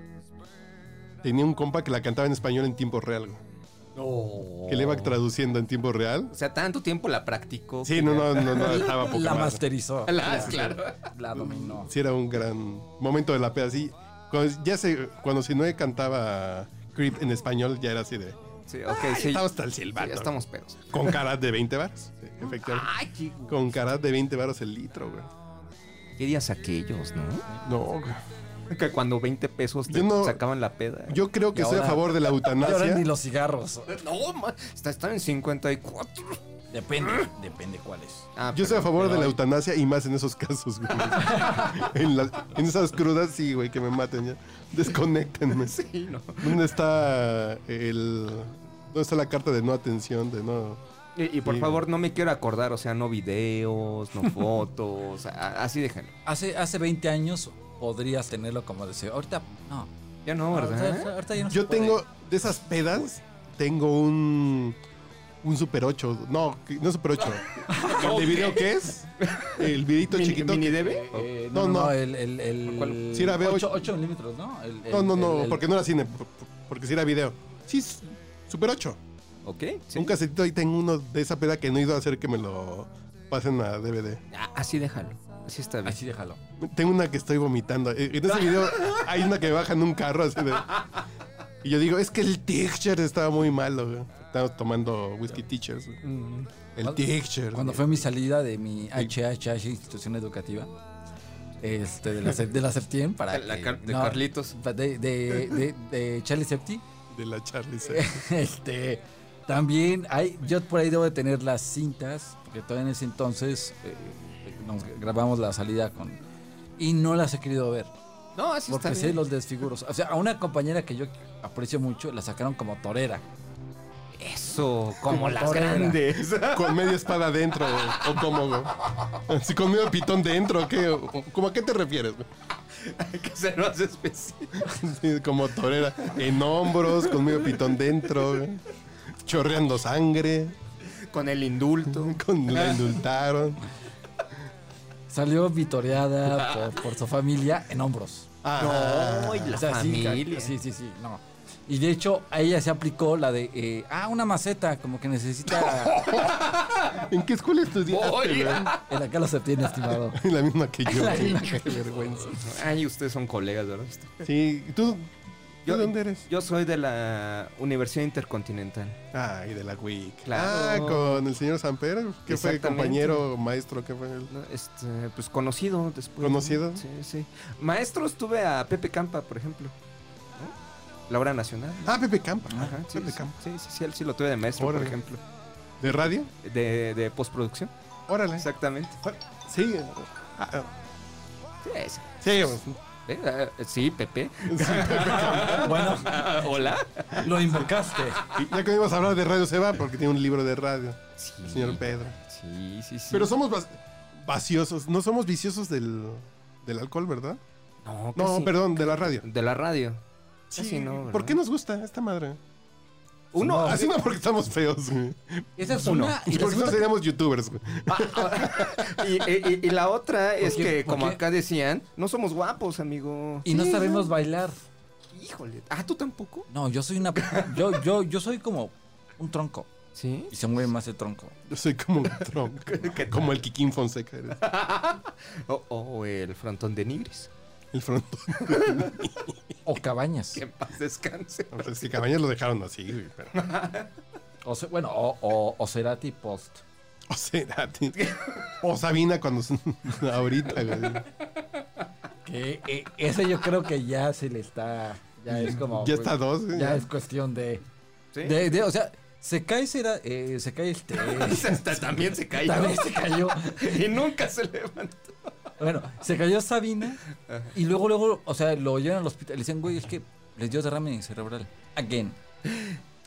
S1: tenía un compa que la cantaba en español en tiempo real. güey, Que le iba
S2: Oh.
S1: traduciendo en tiempo real.
S2: O sea, tanto tiempo la practicó.
S1: Sí, no, Ah, no, no, no estaba poco
S3: La
S1: más.
S3: masterizó.
S2: La- claro.
S3: La dominó.
S1: Sí, era un gran momento de la peda. Sí, cuando, ya se, cuando Sinue cantaba Creep en español, ya era así de.
S2: Sí, ok, sí.
S1: Estaba hasta el
S2: Sí, ya
S1: silbato.
S2: estamos pedos.
S1: Con caras de 20 varos. sí, efectivamente.
S2: Ay, qué,
S1: Con caras de 20 varos el litro, güey.
S2: qué días aquellos, ¿no?
S1: No, güey.
S2: Que cuando 20 pesos te
S1: Yo no-
S2: sacaban la peda.
S1: Yo creo que
S3: Y
S1: estoy a
S3: ahora-
S1: favor de la
S3: Y ahora
S1: eutanasia.
S3: ni los cigarros.
S2: No, ma, está, está en 54.
S3: Depende, depende cuáles.
S2: Ah,
S1: Yo estoy a
S2: perdón.
S1: favor de la eutanasia y más en esos casos, güey. en, las- en esas crudas, sí, güey, que me maten ya. Desconéctenme.
S2: Sí, no.
S1: ¿Dónde está el. ¿Dónde está la carta de no atención? De no.
S2: Y, y por
S1: Sí,
S2: favor, no me quiero acordar, o sea, no videos, no fotos, a- así déjenlo.
S3: Hace, hace 20 años podrías tenerlo como deseo. Ahorita no.
S2: Ya no,
S3: Ahorita,
S2: ¿verdad?
S3: ahorita ya no se
S1: Yo
S3: puede.
S1: tengo. De esas pedas, tengo un. Un Super 8. No, que- no Super 8. ¿El de video qué es? El videito
S2: ¿Mini-
S1: chiquito.
S2: mini
S1: que-
S2: debe?
S3: Eh,
S1: No,
S3: no, no,
S1: no.
S3: el, el, el
S1: ¿Cuál? Sí, era B8.
S3: 8, milímetros, ¿no? El- el-
S1: No, no, no,
S3: el- el-
S1: porque no era cine. por- por- Porque si era video. Sí, es Super 8.
S2: Ok, sí.
S1: Un casetito ahí tengo uno de esa peda que no he ido a hacer que me lo pasen a DVD.
S2: Ah, así déjalo. Así está bien.
S3: Así déjalo.
S1: Tengo una que estoy vomitando. Eh, En ese video hay una que me baja en un carro así de. Y yo digo, es que el Teacher estaba muy malo. güey. Estábamos tomando whisky teachers. güey. El
S3: ¿Cuándo-
S1: Teacher.
S3: Mm. Cuando fue mi salida de mi HHH institución educativa, este, de la, Sep- de la Septiem para
S2: De la
S3: que-
S2: Car- de
S3: no,
S2: Carlitos.
S3: de, de, de, de Charlie Septi,
S1: De la Charlie. sí.
S3: este, también hay, yo por ahí debo de tener las cintas, porque todavía en ese entonces eh, nos grabamos la salida con y no las he querido ver.
S2: No, así está
S3: Porque sé
S2: bien.
S3: los desfiguros. O sea, a una compañera que yo aprecio mucho, la sacaron como torera.
S2: Eso, como
S3: Como
S2: las
S3: torera.
S2: grandes.
S1: Con media espada adentro. güey. O como, güey. Así con medio pitón dentro. ¿qué? O- o- ¿Cómo a qué te refieres? güey?
S2: Hay que ser más específico.
S1: Sí, como torera. En hombros, con medio pitón dentro. güey. Chorreando sangre.
S2: Con el indulto.
S1: Con, la indultaron.
S3: Salió vitoreada por, por su familia en hombros.
S1: Ah,
S2: Ay, la
S3: O sea, sí, ca-
S2: familia.
S3: Sí, sí, sí, no. Y de hecho, a ella se aplicó la de, eh, ah, una maceta, como que necesita.
S1: ¿En qué escuela estudiaste?
S2: Voy.
S1: güey?
S3: El acá lo se tiene, estimado.
S1: La misma que yo.
S3: La
S1: güey.
S3: misma
S1: Qué vergüenza.
S2: Ay, ustedes son colegas, ¿verdad?
S1: Sí, ¿tú, ¿tú
S2: Yo-
S1: de dónde eres?
S2: Yo soy de la Universidad Intercontinental.
S1: Ah, y de la WIC.
S2: Claro.
S1: Ah, con el señor Samper. ¿Qué fue?
S2: Exactamente.
S1: ¿Compañero, maestro? ¿Qué fue? él?
S2: No, Este, pues conocido después.
S1: ¿Conocido?
S2: Sí, sí. Maestros tuve a Pepe Campa, por ejemplo. ¿no? La hora nacional.
S1: Ah, Pepe Campa.
S2: Ajá, sí,
S1: Pepe
S2: sí,
S1: Campa.
S2: sí, sí, sí, él sí lo tuve de maestro,
S1: Órale.
S2: por ejemplo.
S1: ¿De radio?
S2: De, de postproducción,
S1: Órale.
S2: exactamente.
S1: Sí. Ah, ah,
S2: Sí, sí.
S1: sí.
S2: Eh, eh, sí, Pepe.
S3: Bueno,
S2: Hola.
S3: lo invocaste.
S1: Ya que íbamos a hablar de radio, se va porque tiene un libro de radio,
S2: Sí,
S1: el señor Pedro.
S2: Sí, sí, sí.
S1: Pero somos vas- vaciosos. No somos viciosos del, del alcohol, ¿verdad?
S2: no,
S1: No,
S2: casi.
S1: perdón, de la radio.
S2: De la radio. Casi no, ¿verdad?
S1: ¿Por qué nos gusta esta madre?
S2: Uno.
S1: Así no porque estamos feos, güey.
S3: Esa es
S2: Uno.
S3: una.
S1: Y
S3: Y
S1: porque
S3: la
S1: no
S3: segunda-
S1: seríamos youtubers, güey.
S2: y, y- y- y la otra es
S3: qué?
S2: que,
S3: ¿Por
S2: como
S3: qué?
S2: acá decían, no somos guapos, amigo.
S3: y no sabemos bailar.
S2: Híjole. Ah, ¿tú tampoco?
S3: No, yo soy una. Yo, yo, yo soy como un tronco.
S2: Sí.
S3: Y se mueve más el tronco.
S1: Yo soy como un tronco. como el Kikín Fonseca. eres.
S2: O, o Oh, el frontón de Nigris.
S1: El frontón.
S3: O cabañas.
S2: Que en paz descanse.
S1: O sea, es que Cabañas lo dejaron así, güey. Pero,
S3: O se- bueno, o, o, o Cerati post.
S1: o sea, ti- o Sabina cuando. se- ahorita, güey.
S3: Que eh, ese yo creo que ya se le está. Ya es como.
S1: Ya está dos.
S3: Ya,
S1: ¿eh?
S3: es cuestión de.
S2: ¿Sí?
S3: de- de- o sea, se cae, será. eh, se cae este.
S2: Hasta también se cayó.
S3: También se cayó.
S2: y nunca se levantó.
S3: Bueno, se cayó Sabina. Y luego, luego, o sea, lo llevan al hospital. Le dicen, güey, es que les dio derrame cerebral. Again.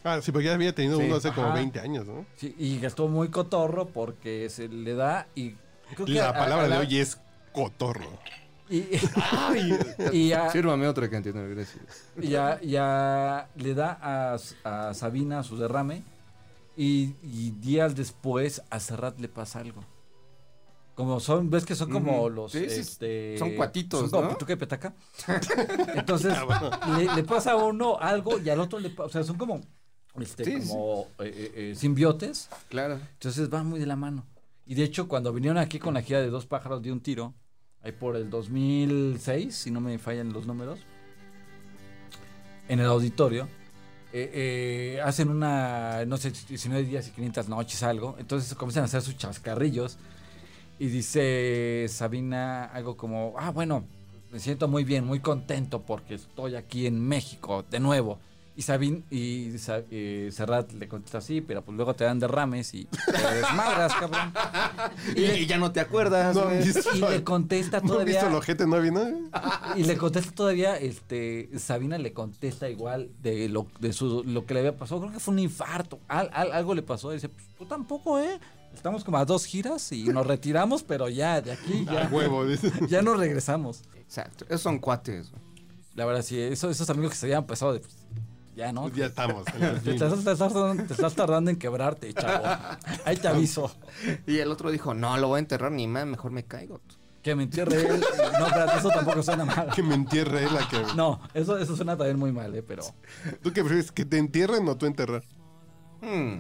S1: Ah, sí, porque ya había tenido
S2: Sí,
S1: uno hace como
S3: ajá.
S1: 20 años, ¿no?
S3: Sí, y gastó muy cotorro porque se le da. Y creo que
S1: La
S3: a-
S1: palabra
S3: a
S1: de
S3: la-
S1: hoy es cotorro.
S3: Y, Y
S2: Y
S3: a-
S2: Ah. Sírvame otra cantidad, gracias.
S3: ya, ya le da a, a Sabina su derrame y, y días después a Serrat le pasa algo. Como son, ves que son como
S2: Ujú.
S3: los
S2: Sí, sí,
S3: este,
S2: son cuatitos,
S3: son como
S2: ¿no? Ah,
S3: pituca y petaca. Entonces le, le pasa a uno algo y al otro le pasa, o sea, son como este,
S2: Sí,
S3: como eh, eh, eh, simbiotes.
S2: Claro.
S3: Entonces van muy de la mano. Y de hecho, cuando vinieron aquí con la gira de Dos pájaros de un tiro, ahí por el 2006, si no me fallan los números, en el auditorio, eh, eh, hacen una, no sé, 19 días y 500 noches, algo. Entonces comienzan a hacer sus chascarrillos. Y dice Sabina algo como, ah, bueno, me siento muy bien, muy contento porque estoy aquí en México de nuevo. Y Sabin y Sa- eh, Serrat le contesta sí, pero pues luego te dan derrames y te desmadras, cabrón.
S2: Y, y ya no te acuerdas.
S1: No,
S2: güey.
S1: visto-
S3: Y le contesta
S1: ¿No han visto el
S3: Ah, todavía.
S1: ojete, no vino?
S3: Y le contesta todavía, este, Sabina le contesta igual de lo, de su, lo que le había pasado. Creo que fue un infarto. Al- al- algo le pasó. Dice, pues tú tampoco, ¿eh? Estamos como a dos giras y nos retiramos, pero ya, de aquí
S1: A
S3: ya,
S1: huevo, dice.
S3: ya no regresamos.
S2: Exacto. Esos son cuates. güey.
S3: La verdad, sí, eso- esos amigos que se habían pasado de, pues, ya, ¿no?
S1: Ya estamos. en el
S3: Te
S1: fin.
S3: estás, te estás tardando, te estás tardando en quebrarte, chavo. Ahí te aviso.
S2: Y el otro dijo, no, lo voy a enterrar ni más, mejor me caigo.
S3: Que me entierre él. No, espérate, eso tampoco suena mal.
S1: Que me entierre él a que.
S3: No, eso, eso suena también muy mal, ¿eh? Pero.
S1: ¿Tú qué prefieres? ¿Que te entierren o tú enterrar?
S2: Mm,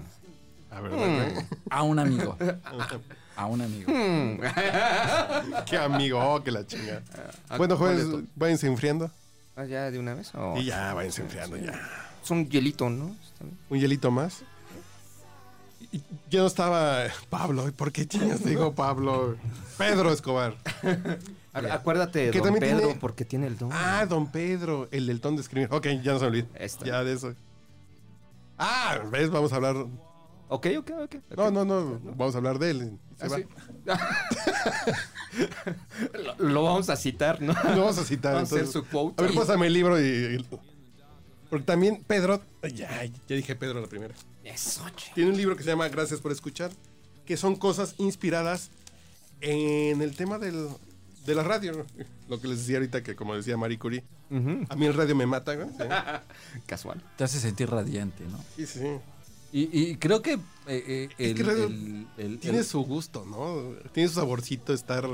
S1: A ver, güey.
S3: A un amigo. A un amigo.
S2: mm.
S1: qué amigo, oh, que la chinga.
S2: ah,
S1: Bueno, jóvenes,
S2: boleto.
S1: váyanse enfriando.
S2: Ah, ¿Ya de una vez? o-
S1: Y ya, váyanse enfriando ya.
S2: Es un hielito, ¿no? Está bien.
S1: Un hielito más. Y- y Yo no estaba. Pablo, ¿por qué chingas digo Pablo? Pedro Escobar.
S2: A- Acuérdate de
S1: Que
S2: Don
S1: también
S2: Pedro
S1: tiene-
S2: porque tiene el don.
S1: Ah, don Pedro, el del ton de escribir. Ok, ya no se me olvida.
S2: Ahí está.
S1: Ya de eso. Ah, ¿ves? Vamos a hablar. No,
S2: Ok, ok, ok.
S1: no, no. Vamos a hablar de él. Se
S2: Ah,
S1: va.
S2: sí. lo, lo vamos a citar, ¿no?
S1: Lo vamos a citar.
S2: Vamos a hacer
S1: entonces.
S2: su
S1: A
S2: quote.
S1: ver,
S2: Y-
S1: pásame el libro y. y- Porque también Pedro. Ay, Ya, ya dije Pedro la primera.
S2: Eso, che.
S1: Tiene un libro que se llama Gracias por escuchar, que son cosas inspiradas en el tema del, de la radio. Lo que les decía ahorita, que como decía Marie Curie,
S2: Ujú,
S1: a mí el radio me mata, güey.
S2: Casual.
S3: Te hace sentir radiante, ¿no?
S1: Sí, sí.
S3: Y, y creo que. eh, eh,
S1: Es
S3: el,
S1: que radio
S3: el- el-
S1: Tiene
S3: el-
S1: su gusto, ¿no? Tiene su saborcito estar.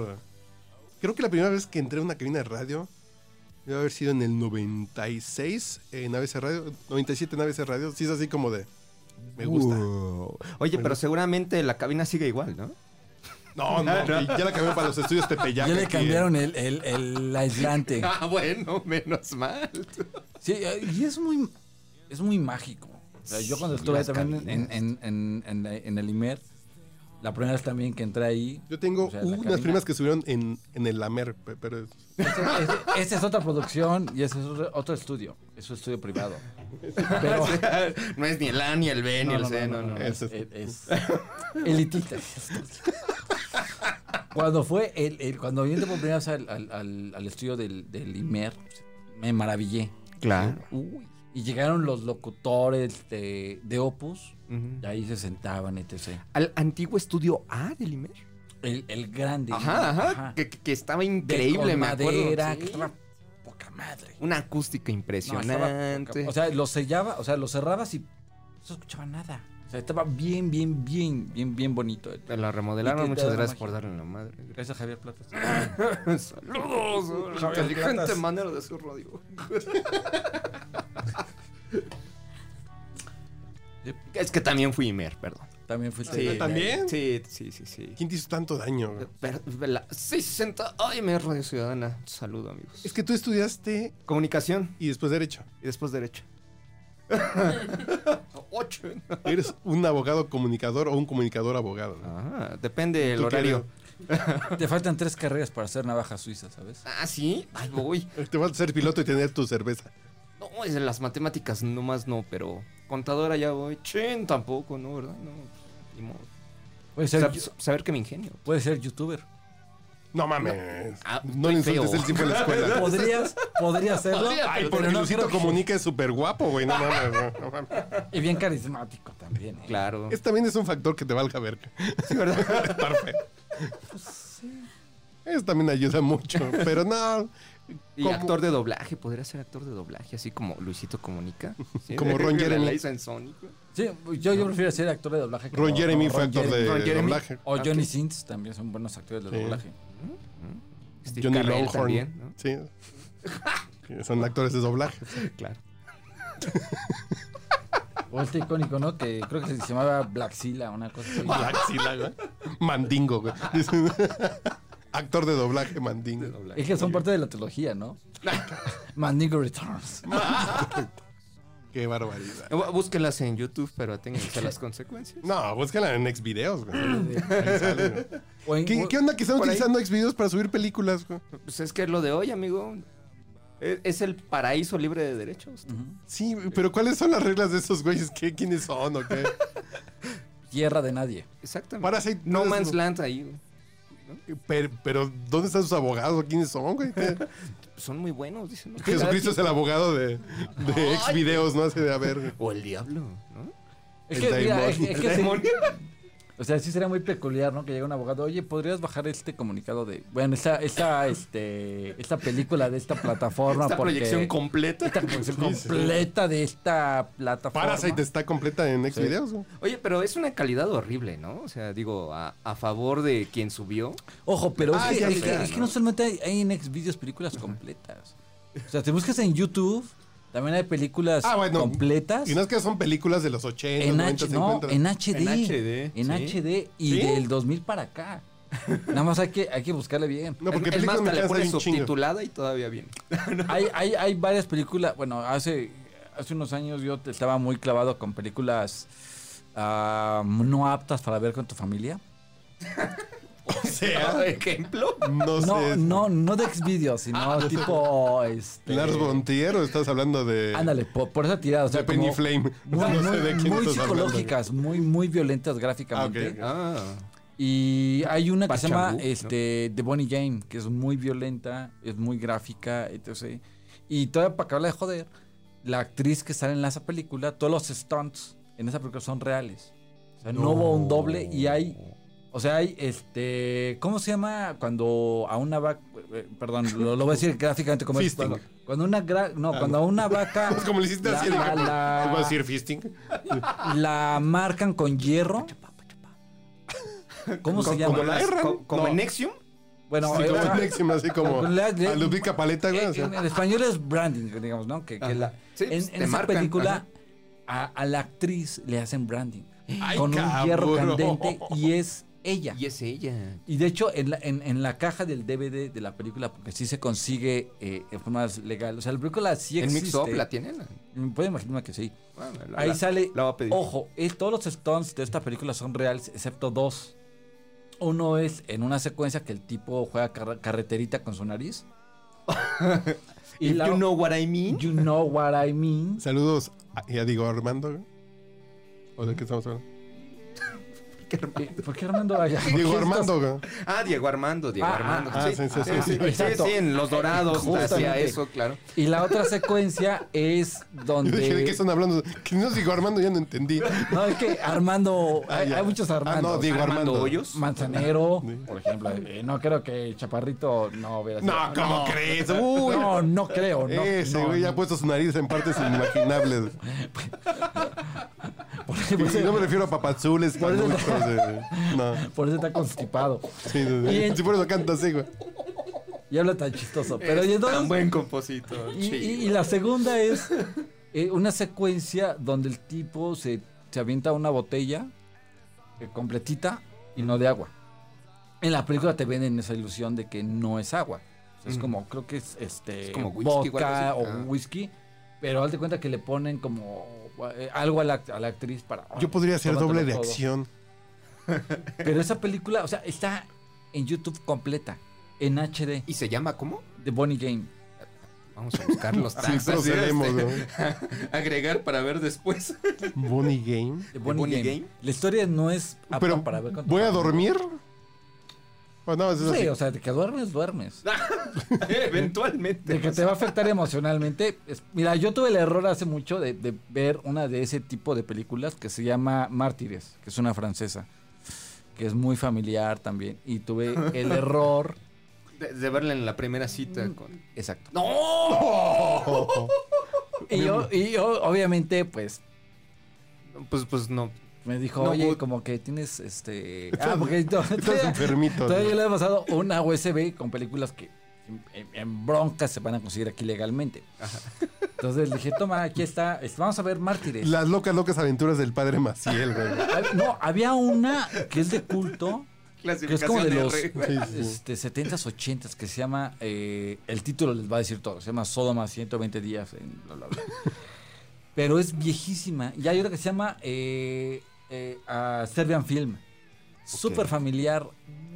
S1: Creo que la primera vez que entré a una cabina de radio debe haber sido en el 96 en ABC Radio, 97 en ABC Radio. Sí, es así como de. Me gusta.
S3: Uh.
S2: Wow. Oye, pero seguramente la cabina sigue igual, ¿no?
S1: No, no, y ya la cambiaron para los estudios Tepeyac.
S3: ya le
S1: aquí, ¿eh?
S3: cambiaron el, el, el aislante.
S2: Ah, bueno, menos mal.
S3: Sí, eh, y es muy, es muy mágico. O sea, yo cuando
S2: Sí,
S3: estuve
S2: las
S3: también en,
S2: cabinas.
S3: en- en- en- en el IMER, la primera vez también que entré ahí.
S1: Yo tengo
S3: O sea, la
S1: unas
S3: cabina.
S1: primas que subieron en, en el Lamer, pe- pero es-
S3: Ese- ese- Esta es otra producción y ese es otro, otro estudio. Es un estudio privado. Pero
S2: no es ni el A, ni el B, ni el C, no, no.
S1: no.
S3: Es, es- es elitista. Cuando fue el, el- cuando vine por primera vez al, al- al- al estudio del, del IMER, me maravillé.
S2: Claro.
S3: Uy. Y llegaron los locutores de, de Opus,
S2: Ujú.
S3: y ahí se sentaban, etc.
S2: Al antiguo estudio A del Imer.
S3: El, el grande.
S2: Ajá, ajá. Que, que estaba increíble,
S3: con
S2: me acuerdo.
S3: madera,
S2: Sí.
S3: que estaba poca madre.
S2: Una acústica
S3: No, estaba
S2: impresionante.
S3: poca- o sea, lo sellaba, o sea, lo cerrabas y no se escuchaba nada. O sea, estaba bien, bien, bien, bien, bien bonito. el-
S2: Me la remodelaron,
S3: Y te- te
S2: muchas
S3: da la
S2: gracias por
S3: magia.
S2: darle la madre.
S3: Gracias, Javier Platas.
S2: Saludos,
S3: Javier
S2: inteligente
S3: Platas.
S2: manera de su radio. es que también fui Imer, perdón.
S3: También fuiste.
S1: ¿También?
S2: ¿Ah, Sí, sí, sí, sí.
S1: ¿Quién te hizo tanto daño? güey?
S2: Per- la 60 AMR Radio Ciudadana. Saludo, amigos.
S1: Es que tú estudiaste
S2: Comunicación
S1: y después Derecho.
S2: y después Derecho. Ocho.
S1: Eres un abogado comunicador o un comunicador abogado. ¿no?
S2: Ah, depende del
S1: ¿Tú
S2: horario.
S1: qué eres?
S3: Te faltan tres carreras para hacer navaja suiza, ¿sabes?
S2: Ah, sí. Ay, voy.
S1: Te falta ser piloto y tener tu cerveza.
S2: No, es en las matemáticas nomás no, pero contadora ya voy. Chen, tampoco, ¿no? ¿Verdad? No, pues, ni modo.
S3: Puede ser,
S2: Sab- saber que me ingenio.
S3: puede ser youtuber.
S1: No mames.
S2: Ah,
S1: no
S2: estoy
S1: le insultes,
S2: feo.
S1: él siempre en la escuela.
S3: Podrías, podría hacerlo.
S1: Ay,
S3: pero
S1: porque
S3: no
S1: Lucito
S3: creo que-
S1: Comunica es súper guapo, güey. No mames, no, no mames.
S3: Y bien carismático también. ¿eh?
S2: Claro.
S1: Este también es un factor que te valga verga. Sí, ¿verdad? Estar feo. Eso también ayuda mucho. Pero no,
S2: Y
S1: ¿Cómo?
S2: actor de doblaje, podría ser actor de doblaje, así como Luisito Comunica. ¿sí?
S1: Como Ron
S2: La
S1: Jeremy.
S2: hizo en Sonic.
S3: Sí, yo, yo prefiero ser actor de doblaje. que
S1: Ron
S3: no-
S1: Jeremy
S3: no,
S1: fue
S3: Ron
S1: actor
S3: Jeremy.
S1: de
S2: Jeremy.
S1: doblaje.
S3: O
S2: Ah,
S3: Johnny
S2: ok.
S3: Sins también son buenos actores de
S1: Sí.
S3: doblaje.
S2: Steve
S1: Johnny
S2: Carell
S1: Longhorn.
S2: este, también, ¿no?
S1: Sí. Son actores de doblaje.
S2: Claro.
S3: O este icónico, ¿no? Que creo que se llamaba Blackzilla, una cosa así.
S1: Axila, güey. Mandingo, güey. Dicen- Actor de doblaje, mandingo.
S3: Es que son parte de la trilogía, ¿no? Mandingo Returns.
S1: Qué barbaridad.
S2: Bu- Búsquenlas en YouTube, pero aténganse a las consecuencias.
S1: No, búscala en Xvideos, güey. Ahí sale, güey.
S3: O en-
S1: ¿Qué,
S3: o-
S1: qué onda que están
S2: Por ahí.
S1: utilizando Xvideos para subir películas, güey?
S2: Pues es que es lo de hoy, amigo. Es, es el paraíso libre de derechos.
S1: Sí, pero ¿cuáles son las reglas de esos güeyes? ¿Qué, ¿Quiénes son o qué?
S3: Tierra de nadie.
S2: Exactamente.
S1: Parasite pues,
S2: no
S1: es-
S2: Man's Land ahí.
S1: Pero, pero, ¿dónde están sus abogados? ¿Quiénes son, güey?
S2: Son muy buenos, dicen. ¿no?
S1: Jesucristo es el abogado de, de Xvideos, ¿no? Así de, a ver, güey.
S2: O el diablo, ¿no?
S3: Es
S1: El
S3: que, mira,
S1: daimon.
S3: es, es que
S2: El
S3: sí.
S2: daimon.
S3: O sea, sí sería muy peculiar, ¿no? Que llegue un abogado, oye, ¿podrías bajar este comunicado de... Bueno, esta, esta, este, esta película de esta plataforma
S2: Esta
S3: porque-
S2: proyección completa.
S3: Esta proyección
S1: sí.
S3: completa de esta plataforma.
S1: Parasite está completa en Xvideos, güey.
S2: Oye, pero es una calidad horrible, ¿no? O sea, digo, a, a favor de quien subió.
S3: Ojo, pero
S2: Ah,
S3: es, que,
S2: ya
S3: es
S2: sé,
S3: que-
S2: ya,
S3: es que
S2: ¿no?
S3: no solamente hay, hay en Xvideos películas completas. O sea, te buscas en YouTube, también hay películas
S1: Ah, bueno.
S3: completas.
S1: Y no es que son películas de los 80,
S3: en,
S1: 90,
S3: H, no,
S1: 50.
S3: en HD.
S2: En HD,
S3: En
S2: sí.
S3: HD y
S1: ¿Sí?
S3: del 2000 para acá. Nada más hay que, hay que buscarle bien.
S1: No, porque
S2: es, es más,
S1: películas
S2: hasta le
S1: mexicanas hay
S2: pones
S1: un chingo.
S2: subtitulada y todavía bien.
S3: Hay, hay, hay varias películas. Bueno, hace, hace unos años yo te- estaba muy clavado con películas ah, no aptas para ver con tu familia.
S1: O sea,
S2: Por ejemplo.
S1: no
S3: No,
S1: sé.
S3: no, no de Xvideos, sino tipo. Este,
S1: Lars Bontier o estás hablando de,
S3: Ándale, por, por esa tirada. O sea,
S1: de Penny
S3: como-
S1: Flame.
S3: Muy,
S1: no sé
S3: muy-
S1: de quién
S3: muy
S1: estás hablando.
S3: psicológicas, muy, muy violentas gráficamente.
S1: Ah, ok, ok.
S2: Ah,
S3: Y hay una que se llama
S2: Pachangu, ¿no?
S3: este, The Bonnie Game, que es muy violenta, es muy gráfica, etc. Y todavía para acabarla de joder, la actriz que sale en esa película, todos los stunts en esa película son reales. O sea, no, hubo un doble y hay. O sea, hay este. ¿Cómo se llama cuando a una vaca. eh, Perdón, lo, lo voy a decir gráficamente como es.
S1: Fisting.
S3: Cuando, cuando una gra- no,
S1: Ah,
S3: cuando a una vaca.
S1: Es como le hiciste
S3: La-
S1: así.
S3: la-
S1: ¿no?
S3: la-
S1: ¿Vas a decir fisting?
S3: la marcan con hierro. ¿Cómo se
S2: Como-
S3: llama?
S2: Como,
S1: la
S2: las-
S1: erran.
S2: co- como
S1: No.
S2: en Nexium.
S3: Bueno,
S1: sí,
S3: eh,
S1: como
S3: ahora-
S1: un éxima, así como
S3: Con la-
S1: a Ludwika Paleta, güey.
S3: eh,
S1: o sea.
S3: en, en español es branding, digamos, ¿no? Que, que
S2: Ajá.
S3: la-
S2: Sí,
S3: en,
S2: pues,
S3: en
S2: te
S3: esa
S2: marcan,
S3: película
S2: ajá.
S3: a, a la actriz le hacen branding
S1: Ay,
S3: con un hierro
S1: cabrón.
S3: candente y es ella.
S2: Y es ella.
S3: Y de hecho, en la, en, en la caja del DVD de la película, porque sí se consigue eh, en forma legal. O sea, la película sí
S2: en
S3: existe.
S2: Mix-Up la tienen.
S3: Mm, Puedo imaginarme que sí.
S2: Ah, la-
S3: Ahí
S2: la-
S3: sale.
S2: la voy a pedir.
S3: Ojo, es- todos los stunts de esta película son reales, excepto dos. Uno es en una secuencia que el tipo juega carre- carreterita con su nariz.
S2: If
S3: la-
S2: you know what I mean.
S3: you know what I mean.
S1: Saludos, a- ya digo, a Armando. güey. ¿O de qué estamos hablando?
S3: Eh, ¿Por qué Armando allá?
S1: Digo, Armando. güey.
S2: Ah, Diego Armando, Diego
S3: Ah,
S2: Armando.
S1: ah, ah, sí, sí, sí,
S2: sí,
S3: exacto.
S2: sí, en Los Dorados hacía
S3: Justamente.
S2: eso, claro.
S3: Y la otra secuencia es
S1: Yo dije, ¿de qué
S3: donde.
S1: están hablando? Que no digo Armando, ya no entendí.
S3: No, es que Armando.
S1: Ah,
S3: hay,
S1: ya.
S3: hay muchos
S1: Ah, no,
S3: Armandos.
S1: Diego
S2: Armando,
S1: Armando.
S2: Hoyos.
S3: Manzanero,
S1: Sí.
S3: por ejemplo. eh, no creo que Chaparrito no hubiera sido-
S1: No, ¿cómo crees? Uy,
S3: No, no creo. No,
S1: ese
S3: no,
S1: güey ya ha
S3: no.
S1: puesto su nariz en partes inimaginables.
S3: Por eso-
S1: Y no me refiero a papazules, panuchos. eh, No.
S3: por eso está constipado.
S1: Sí, sí, sí.
S3: Bien.
S1: Si por eso canta así, güey.
S3: Y habla tan chistoso. Pero
S2: es
S3: y entonces-
S2: tan buen compositor.
S3: y, y-
S2: chido.
S3: y la segunda es eh, una secuencia donde el tipo se, se avienta una botella eh, completita y no de agua. En la película te venden esa ilusión de que no es agua. O sea, es
S2: Ujú.
S3: como, creo que es este
S2: Mm. Es como whisky o algo
S3: vodka
S2: así.
S3: o
S2: Ah.
S3: whisky. Pero hazte cuenta que le ponen como eh, algo a la, a la actriz para. ah,
S1: Yo podría ser
S3: tómatelo
S1: doble de
S3: todo.
S1: acción.
S3: Pero esa película, o sea, está en YouTube completa, en HD,
S2: ¿Y se llama cómo?
S3: de Bonnie Game.
S2: Vamos a buscar los tags.
S1: Sin
S2: así,
S1: procedemos,
S2: este, Agregar para ver después.
S1: Bonnie Game.
S3: de
S2: Bonnie
S3: Bonnie, Game.
S2: Game.
S3: La historia no es apta
S1: Pero,
S3: para ver con tu
S1: ¿voy a
S3: familia.
S1: dormir? Pues nada más es así.
S3: Sí, o sea, de que duermes, duermes.
S2: Eventualmente.
S3: De que te va a afectar emocionalmente. es- mira, yo tuve el error hace mucho de, de ver una de ese tipo de películas que se llama Mártires, que es una francesa, que es muy familiar también. Y tuve el error.
S2: De, de verla en la primera
S3: Mm.
S2: cita. Con...
S3: Exacto.
S2: ¡No!
S3: Y yo, y yo, obviamente, pues,
S2: Pues, pues no.
S3: me dijo,
S2: No,
S3: oye,
S2: bu-
S3: como que tienes este. Ah, porque to-
S1: Estás
S3: todavía,
S1: enfermito.
S3: todavía le he pasado una USB con películas que en, en- en broncas se van a conseguir aquí legalmente. Entonces le dije, toma, aquí está. este, Vamos a ver Mártires.
S1: Las locas, locas aventuras del padre Maciel, güey.
S3: Hab- No, había una que es de culto, que es
S2: Clasificación
S3: como de
S2: R,
S3: los
S2: güey.
S1: Sí, sí, sí.
S3: este, 70s, 80s, que se llama, eh, el título les va a decir todo, se llama Sodoma 120 días, en bla, bla, bla. pero es viejísima. Y hay otra que se llama eh, eh, ah, Serbian Film, súper familiar,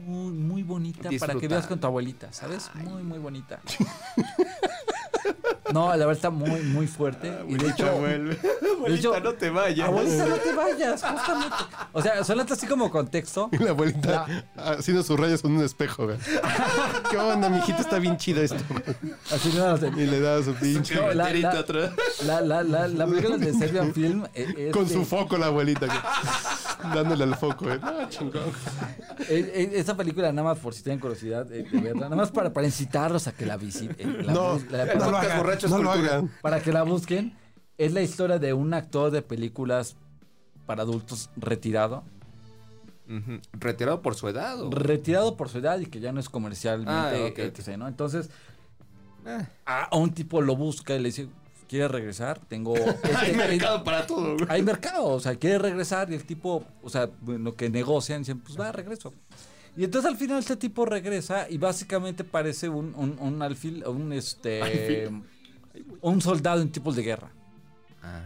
S3: muy, muy bonita, para que
S2: Disfruta.
S3: veas con tu abuelita, ¿sabes? Muy, muy bonita. No, la verdad está muy, muy fuerte. y de hecho, de hecho,
S2: no te vayas.
S3: Abuelita, no te vayas, justamente. O sea, solamente así como contexto.
S1: Y la abuelita haciendo sus rayas con un espejo, güey. ¿Qué onda, mijito? Está bien chido esto.
S3: Así nada, de-
S1: Y le da su pinche.
S3: No, la,
S2: Enterito
S3: la,
S2: atrás.
S3: la, la, la, la película de Serbian Film eh, es,
S1: Con
S3: eh,
S1: su foco la abuelita. güey. Dándole al foco, güey. No, chingón.
S3: eh, eh, esa película nada más por si tienen curiosidad eh, de verla, nada más para, para incitarlos a que la visiten, la
S1: No,
S3: bus- la-
S1: no lo
S3: para,
S1: hagan.
S2: borrachos
S1: No lo
S2: cultura.
S1: hagan.
S3: para que la busquen es la historia de un actor de películas para adultos retirado,
S2: Ujú. Retirado por su edad. o-
S3: retirado por su edad y que ya no es comercialmente,
S2: Ah, ok,
S3: etc, ¿no? Entonces
S2: Eh.
S3: a, a un tipo lo busca y le dice, ¿quieres regresar? Tengo este-
S2: Hay mercado para todo, güey.
S3: hay mercado, o sea, quiere regresar y el tipo, o sea, lo que negocian, dicen, pues va, regreso. Y entonces al final este tipo regresa y básicamente parece un, un, un alfil, un este, un soldado en tipos de guerra.
S2: Ah.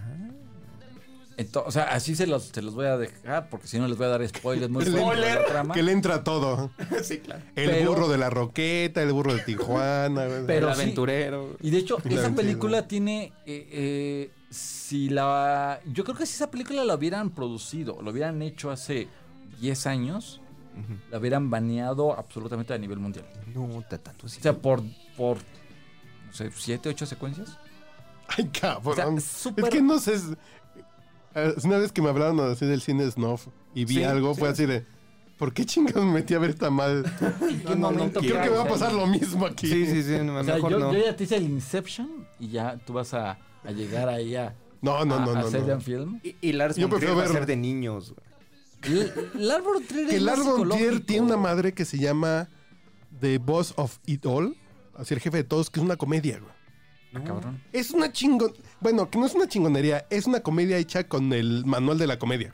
S3: Entonces, o sea, así se los, se los voy a dejar porque si no les voy a dar spoilers muy fuertes de la trama.
S1: Que le entra todo.
S2: sí, claro.
S1: El
S3: Pero-
S1: burro de la roqueta, el burro de Tijuana, güey.
S3: Pero
S2: el
S3: sí.
S2: aventurero.
S3: Y de hecho,
S1: La
S3: esa
S1: mentira.
S3: película tiene. eh, eh, si la. Yo creo que si esa película la hubieran producido, lo hubieran hecho hace 10 años, la hubieran baneado absolutamente a nivel mundial.
S2: No, ta- tanto así.
S3: O sea, por. por no sé, 7, 8 secuencias.
S1: Ay,
S3: O sea,
S1: cabrón.
S3: súper.
S1: Es que no sé. es- es Una vez que me hablaron así del cine snuff y vi
S2: Sí,
S1: algo,
S2: sí.
S1: fue así de. ¿Por qué chingados me metí a ver esta madre?
S3: ¿en qué momento
S1: Creo que
S3: caes
S1: me va a
S3: ahí?
S1: pasar lo mismo aquí.
S2: Sí, sí, sí,
S3: O
S2: mejor
S3: sea, yo,
S2: no.
S3: yo ya te hice el Inception y ya tú vas a, a llegar ahí a,
S1: No, no,
S3: a-
S1: no,
S3: a
S1: no.
S3: Serbian
S1: no.
S3: Film.
S2: Y, y Lars
S1: Yo
S2: von Trier
S1: prefiero
S2: va a
S1: verlo.
S2: ser de niños, güey.
S3: El, el árbol Trier
S1: Que
S3: es
S1: Lars
S3: más
S1: von Trier
S3: psicológico.
S1: tiene una madre que se llama The Boss of It All, así el jefe de todos, que es una comedia, güey.
S3: Ah, cabrón.
S1: Es una chingon... Bueno, que no es una chingonería, es una comedia hecha con el manual de la comedia.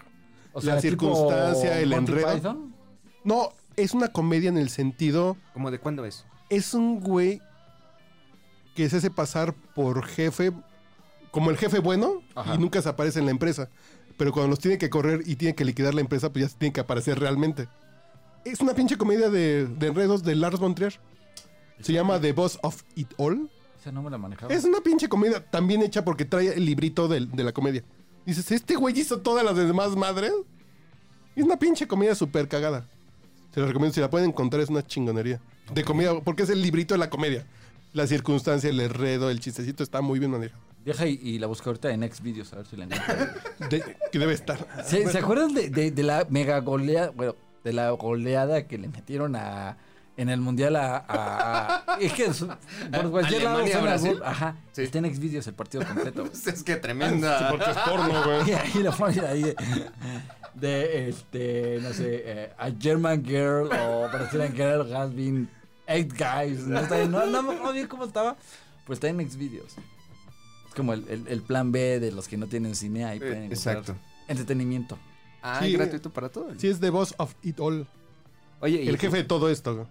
S3: O
S1: La circunstancia, el
S3: Monty
S1: enredo.
S3: Python.
S1: No, es una comedia en el sentido...
S2: ¿Cómo de cuándo es?
S1: Es un güey que se hace pasar por jefe, como el jefe bueno,
S3: Ajá.
S1: y nunca se aparece en la empresa. Pero cuando los tiene que correr y tiene que liquidar la empresa, pues ya se tiene que aparecer realmente. Es una pinche comedia de, de enredos de Lars von Trier. Se llama The Boss of It All.
S3: Ese no me la manejaba.
S1: Es una pinche comedia también hecha porque trae el librito del- de, la comedia. Dices, este güey hizo todas las demás madres. Y es una pinche comedia súper cagada. Se la recomiendo, si la pueden encontrar, es una chingonería. De comedia, porque es el librito de la comedia. La circunstancia, el enredo, el chistecito está muy bien manejado.
S3: Deja y, y la busco ahorita en Next Videos a ver si la encuentro.
S1: De- que debe estar.
S3: ¿Se, se acuerdan de, de- de la mega goleada? Bueno, de la goleada que le metieron a en el mundial a. a- a- es que es- por cualquier lado
S2: Alemania,
S3: son las
S2: Brasil.
S3: gol- Ajá.
S2: Sí.
S3: Está en Next Videos el partido completo.
S2: Pues es que tremenda.
S1: Porque es porno, güey.
S3: y ahí lo ponen ahí de, de, este, no sé, eh, a German Girl o Brazilian Girl has been eight guys. No, sé, no, no me acuerdo bien cómo estaba, pero está en Next Videos. Es como el, el- el plan B de los que no tienen cine ahí. pueden
S2: Eh,
S3: encontrar
S2: exacto.
S3: Entretenimiento.
S2: Ah,
S1: Sí.
S2: gratuito para todo.
S1: Sí, es The Boss of It All.
S2: Oye, y-
S1: El jefe de todo esto. güey.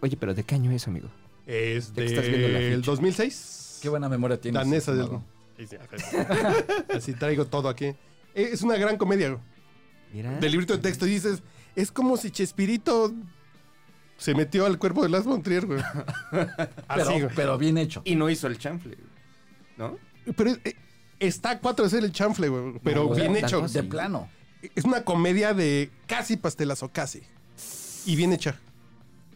S2: Oye, pero ¿de qué año es, amigo?
S1: Es
S2: Ya que estás viendo la
S1: del
S2: ficha.
S1: 2006.
S3: Qué buena memoria tienes.
S1: danesa de
S3: estimado.
S1: Así traigo todo aquí. Eh, Es una gran comedia. güey.
S2: Mira.
S1: Del librito de texto y dices, Es como si Chespirito se metió al cuerpo de Las Montrier, güey. Así,
S3: Pero,
S1: Ah, güey.
S3: pero bien hecho.
S2: Y no hizo el chanfle, güey, ¿no?
S1: Pero eh, está a cuatro de ser el chanfle, güey. Pero
S2: güey,
S1: bien
S2: tanto
S1: hecho.
S2: así.
S3: Pues, De plano.
S1: Es una comedia de casi pastelazo, casi. Y bien hecha.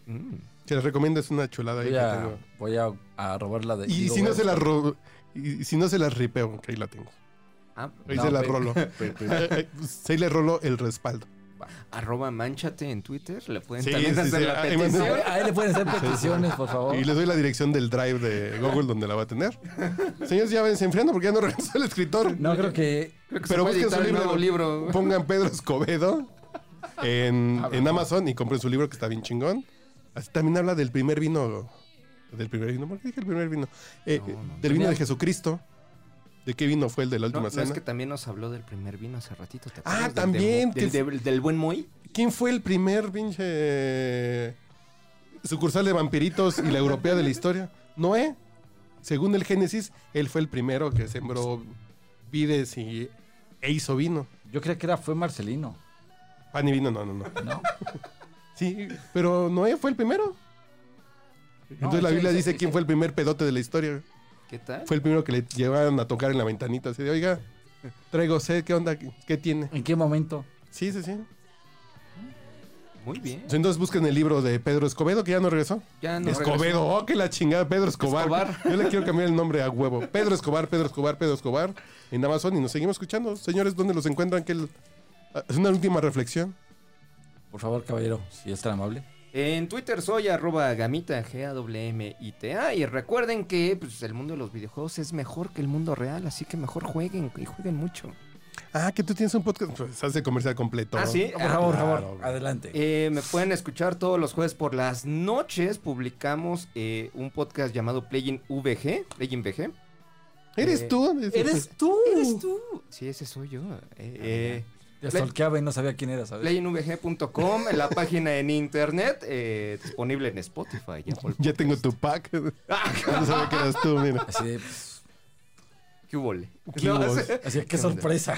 S2: Mm.
S1: Se las recomiendo, es una chulada ahí
S3: Voy
S1: que
S3: a,
S1: tengo.
S3: voy a, a robar la de.
S1: Y
S3: digo,
S1: si no
S3: güey,
S1: se las ro- y si no se las ripeo, que ahí la tengo.
S2: Ah,
S1: Ahí
S3: No,
S1: se la
S3: pe-
S1: rolo.
S3: pe- pe-
S1: Eh, eh, pues, ahí le rolo el respaldo.
S2: arroba manchate en Twitter, le pueden
S1: Sí,
S2: también
S1: sí,
S2: hacer
S1: sí, Ah,
S2: la
S1: ahí manden-
S2: petición.
S3: A él le pueden hacer peticiones, por favor.
S1: Y les doy la dirección del drive de Google donde la va a tener. Señores, ya ven enfriando porque ya no regresó el escritor.
S3: No, creo que.
S2: Creo que se
S1: Pero
S2: puede
S1: busquen su
S2: editar el
S1: libro,
S2: nuevo libro.
S1: Pongan Pedro Escobedo en, en Amazon y compren su libro que está bien chingón. Así también habla del primer vino. ¿Del primer vino? ¿Por qué dije el primer vino? Eh, eh, del vino de Jesucristo. ¿De qué vino fue el de la
S2: No,
S1: última
S2: no,
S1: cena?
S2: es que también nos habló del primer vino hace ratito. ¿te
S1: Ah,
S2: acuerdas? Del de-
S1: también,
S2: Del,
S1: que-
S2: del- del buen Moy.
S1: ¿Quién fue el primer pinche sucursal de vampiritos y la europea de la historia? Noé. Según el Génesis, él fue el primero que sembró vides y, e hizo vino.
S3: Yo creía que era fue Marcelino.
S1: Pan y vino, no, no, no.
S3: No.
S1: Sí, pero Noé fue el primero. Entonces la
S3: ese-
S1: Biblia
S3: ese-
S1: dice quién
S3: ese-
S1: fue el primer pedote de la historia.
S2: ¿Qué tal?
S1: Fue el primero que le llevaron a tocar en la ventanita. Así de, oiga, traigo sed, ¿qué onda? ¿Qué tiene?
S3: ¿En qué momento?
S1: Sí, sí, sí.
S2: Muy bien.
S1: Entonces busquen el libro de Pedro Escobedo, que ya no regresó.
S2: Ya Ah, no
S1: Escobedo,
S2: regresó.
S1: oh, que la chingada, Pedro Escobar.
S2: Escobar.
S1: Yo le quiero cambiar el nombre a huevo. Pedro Escobar, Pedro Escobar, Pedro Escobar. En Amazon y nos seguimos escuchando. Señores, ¿dónde los encuentran? Que Es una última reflexión.
S3: Por favor, caballero, si es tan amable.
S2: En Twitter soy arroba gamita, G-A-W-M-I-T-A. Ah, Y recuerden que pues, el mundo de los videojuegos es mejor que el mundo real, así que mejor jueguen y jueguen mucho.
S1: Ah, que tú tienes un podcast. Pues hace comercial completo.
S2: Ah, sí.
S3: Por
S1: Eh,
S3: favor, por
S1: claro,
S3: favor,
S1: güey.
S3: adelante.
S2: Eh, me pueden escuchar todos los jueves por las noches. Publicamos eh, un podcast llamado Playing VG. Playing VG.
S1: ¿Eres
S2: Eh,
S1: tú?
S3: ¡Eres tú!
S2: ¿Eres tú? Sí, ese soy yo. Eh, eh,
S3: Te solqueaba y no sabía quién era, ¿sabes?
S2: playinvg.com, en la página en internet, eh, disponible en Spotify. y Apple
S1: Ya tengo tu pack. no sabía que eras tú, mira.
S3: Así, de, pues,
S2: ¿Qué hubole?
S1: ¿Qué
S2: No, Este,
S1: hubo?
S2: es-
S3: así de, qué sorpresa.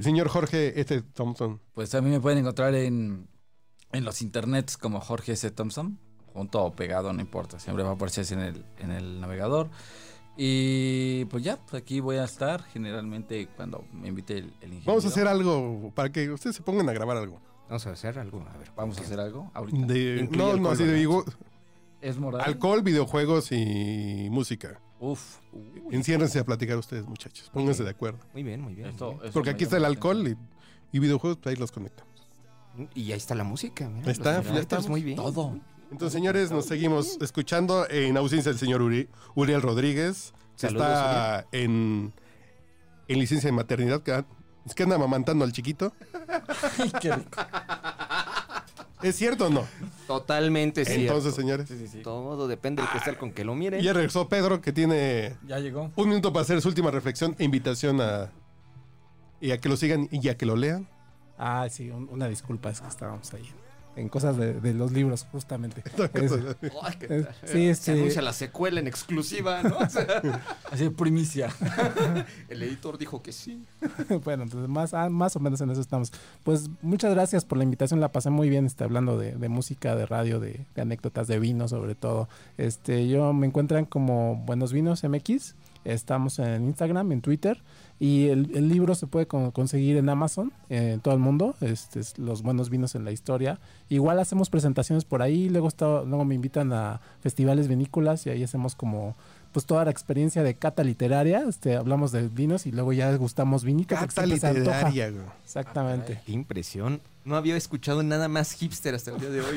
S1: Señor Jorge este Thompson.
S3: Pues a mí me pueden encontrar en, en los internets como Jorge S. Thompson, junto o pegado, no importa, siempre va a aparecer así en el, en el navegador. Y pues ya, pues aquí voy a estar generalmente cuando me invite el, el ingeniero.
S1: Vamos a hacer algo para que ustedes se pongan a grabar algo.
S2: Vamos a hacer algo. A ver,
S3: Vamos a hacer algo ahorita.
S1: De,
S2: Incluye
S1: no, no,
S2: alcohol,
S1: así de
S2: ¿verdad?
S1: digo,
S3: ¿Es moral?
S1: alcohol, videojuegos y música.
S3: Uf. uh,
S1: Enciérrense a platicar ustedes, muchachos. Pónganse de acuerdo.
S2: Muy bien, muy bien.
S3: Esto, esto
S1: Porque
S3: me
S1: aquí está el
S3: llama la
S1: alcohol
S3: atención.
S1: y, y videojuegos, pues ahí los conectan.
S2: muy bien. Y ahí está la música. mira,
S1: Ahí está,
S2: los
S1: ya
S2: ingredientes,
S1: estamos.
S2: Muy bien.
S3: Todo.
S1: Entonces, señores, nos seguimos escuchando en ausencia del señor Uri- Uriel Rodríguez. que
S2: Saludos,
S1: está en, en licencia de maternidad. Que, ah, es que anda amamantando al chiquito.
S3: Ay, qué rico.
S1: ¿Es cierto o no?
S2: Totalmente cierto.
S1: Entonces, señores.
S2: Todo depende del cristal con que lo miren.
S1: Y ya regresó Pedro, que tiene
S3: Ya llegó.
S1: un minuto para hacer su última reflexión e invitación a. Y a que lo sigan y a que lo lean.
S4: Ah, sí, un- una disculpa, es que estábamos ahí en, en cosas de, de los libros, justamente. Es-
S2: Ay, qué
S4: es-
S2: tal.
S4: sí,
S2: Se
S4: este,
S2: anuncia la secuela en exclusiva, ¿no? O sea,
S3: Así de primicia.
S2: el editor dijo que sí.
S4: bueno, entonces más, ah, más o menos en eso estamos. Pues muchas gracias por la invitación, la pasé muy bien, este, hablando de, de música, de radio, de, de anécdotas de vino sobre todo. Este, yo me encuentran como Buenos Vinos MX, estamos en Instagram, en Twitter, y el, el libro se puede con- conseguir en Amazon, eh, en todo el mundo, este, es Los Buenos Vinos en la Historia. Igual hacemos presentaciones por ahí, luego, está- luego me invitan a festivales vinícolas y ahí hacemos como pues toda la experiencia de cata literaria, este, hablamos de vinos y luego ya gustamos vinitos. porque
S1: Cata
S4: siempre se antoja.
S1: literaria, güey.
S4: Exactamente.
S2: Qué impresión. No había escuchado nada más hipster hasta el día de hoy.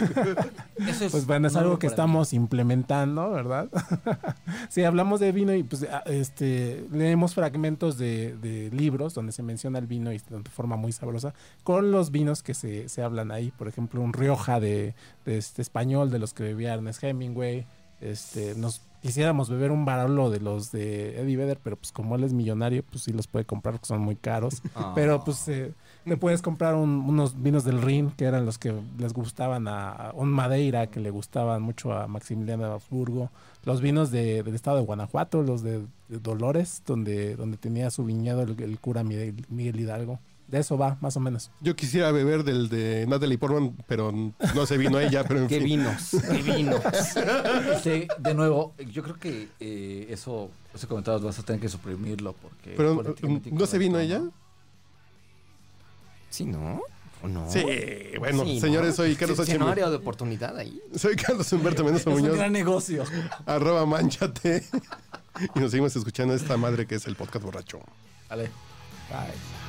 S3: Eso es
S4: Pues bueno, es
S3: nuevo
S4: algo que
S3: para mí.
S4: estamos implementando, ¿verdad? sí, hablamos de vino y pues a- este, leemos fragmentos de, de libros donde se menciona el vino y de forma muy sabrosa con los vinos que se, se hablan ahí. Por ejemplo, un Rioja de, de este español de los que bebía Ernest Hemingway. Este, nos quisiéramos beber un barolo de los de Eddie Vedder, pero pues como él es millonario, pues sí los puede comprar porque son muy caros. Pero pues eh, le puedes comprar un- unos vinos del Rin, que eran los que les gustaban a, a un Madeira, que le gustaban mucho a Maximiliano de Habsburgo, los vinos de- del estado de Guanajuato, los de, de Dolores, donde, donde tenía su viñedo el, el cura Miguel, Miguel Hidalgo. De eso va, más o menos.
S1: Yo quisiera beber del de Natalie Portman, pero no se vino ella, pero en
S2: Qué
S1: fin.
S2: vinos, qué vinos.
S3: Sí, de nuevo, yo creo que eh, eso, esos comentarios vas a tener que suprimirlo porque.
S1: Pero
S3: políticamente
S1: ¿no se vino
S3: incorrecto,
S1: ella?
S2: ¿Sí, no? ¿O no?
S1: Sí, bueno,
S2: Sí, ¿no?
S1: señores, soy Carlos
S2: Sí, sí,
S1: H.
S2: no
S1: Mu-
S2: área de oportunidad ahí.
S1: Soy Carlos Humberto Mendoza
S3: Es un
S1: Muñoz,
S3: gran negocio.
S1: arroba manchate. Y nos seguimos escuchando esta madre que es el podcast borracho.
S3: Vale.
S4: Bye.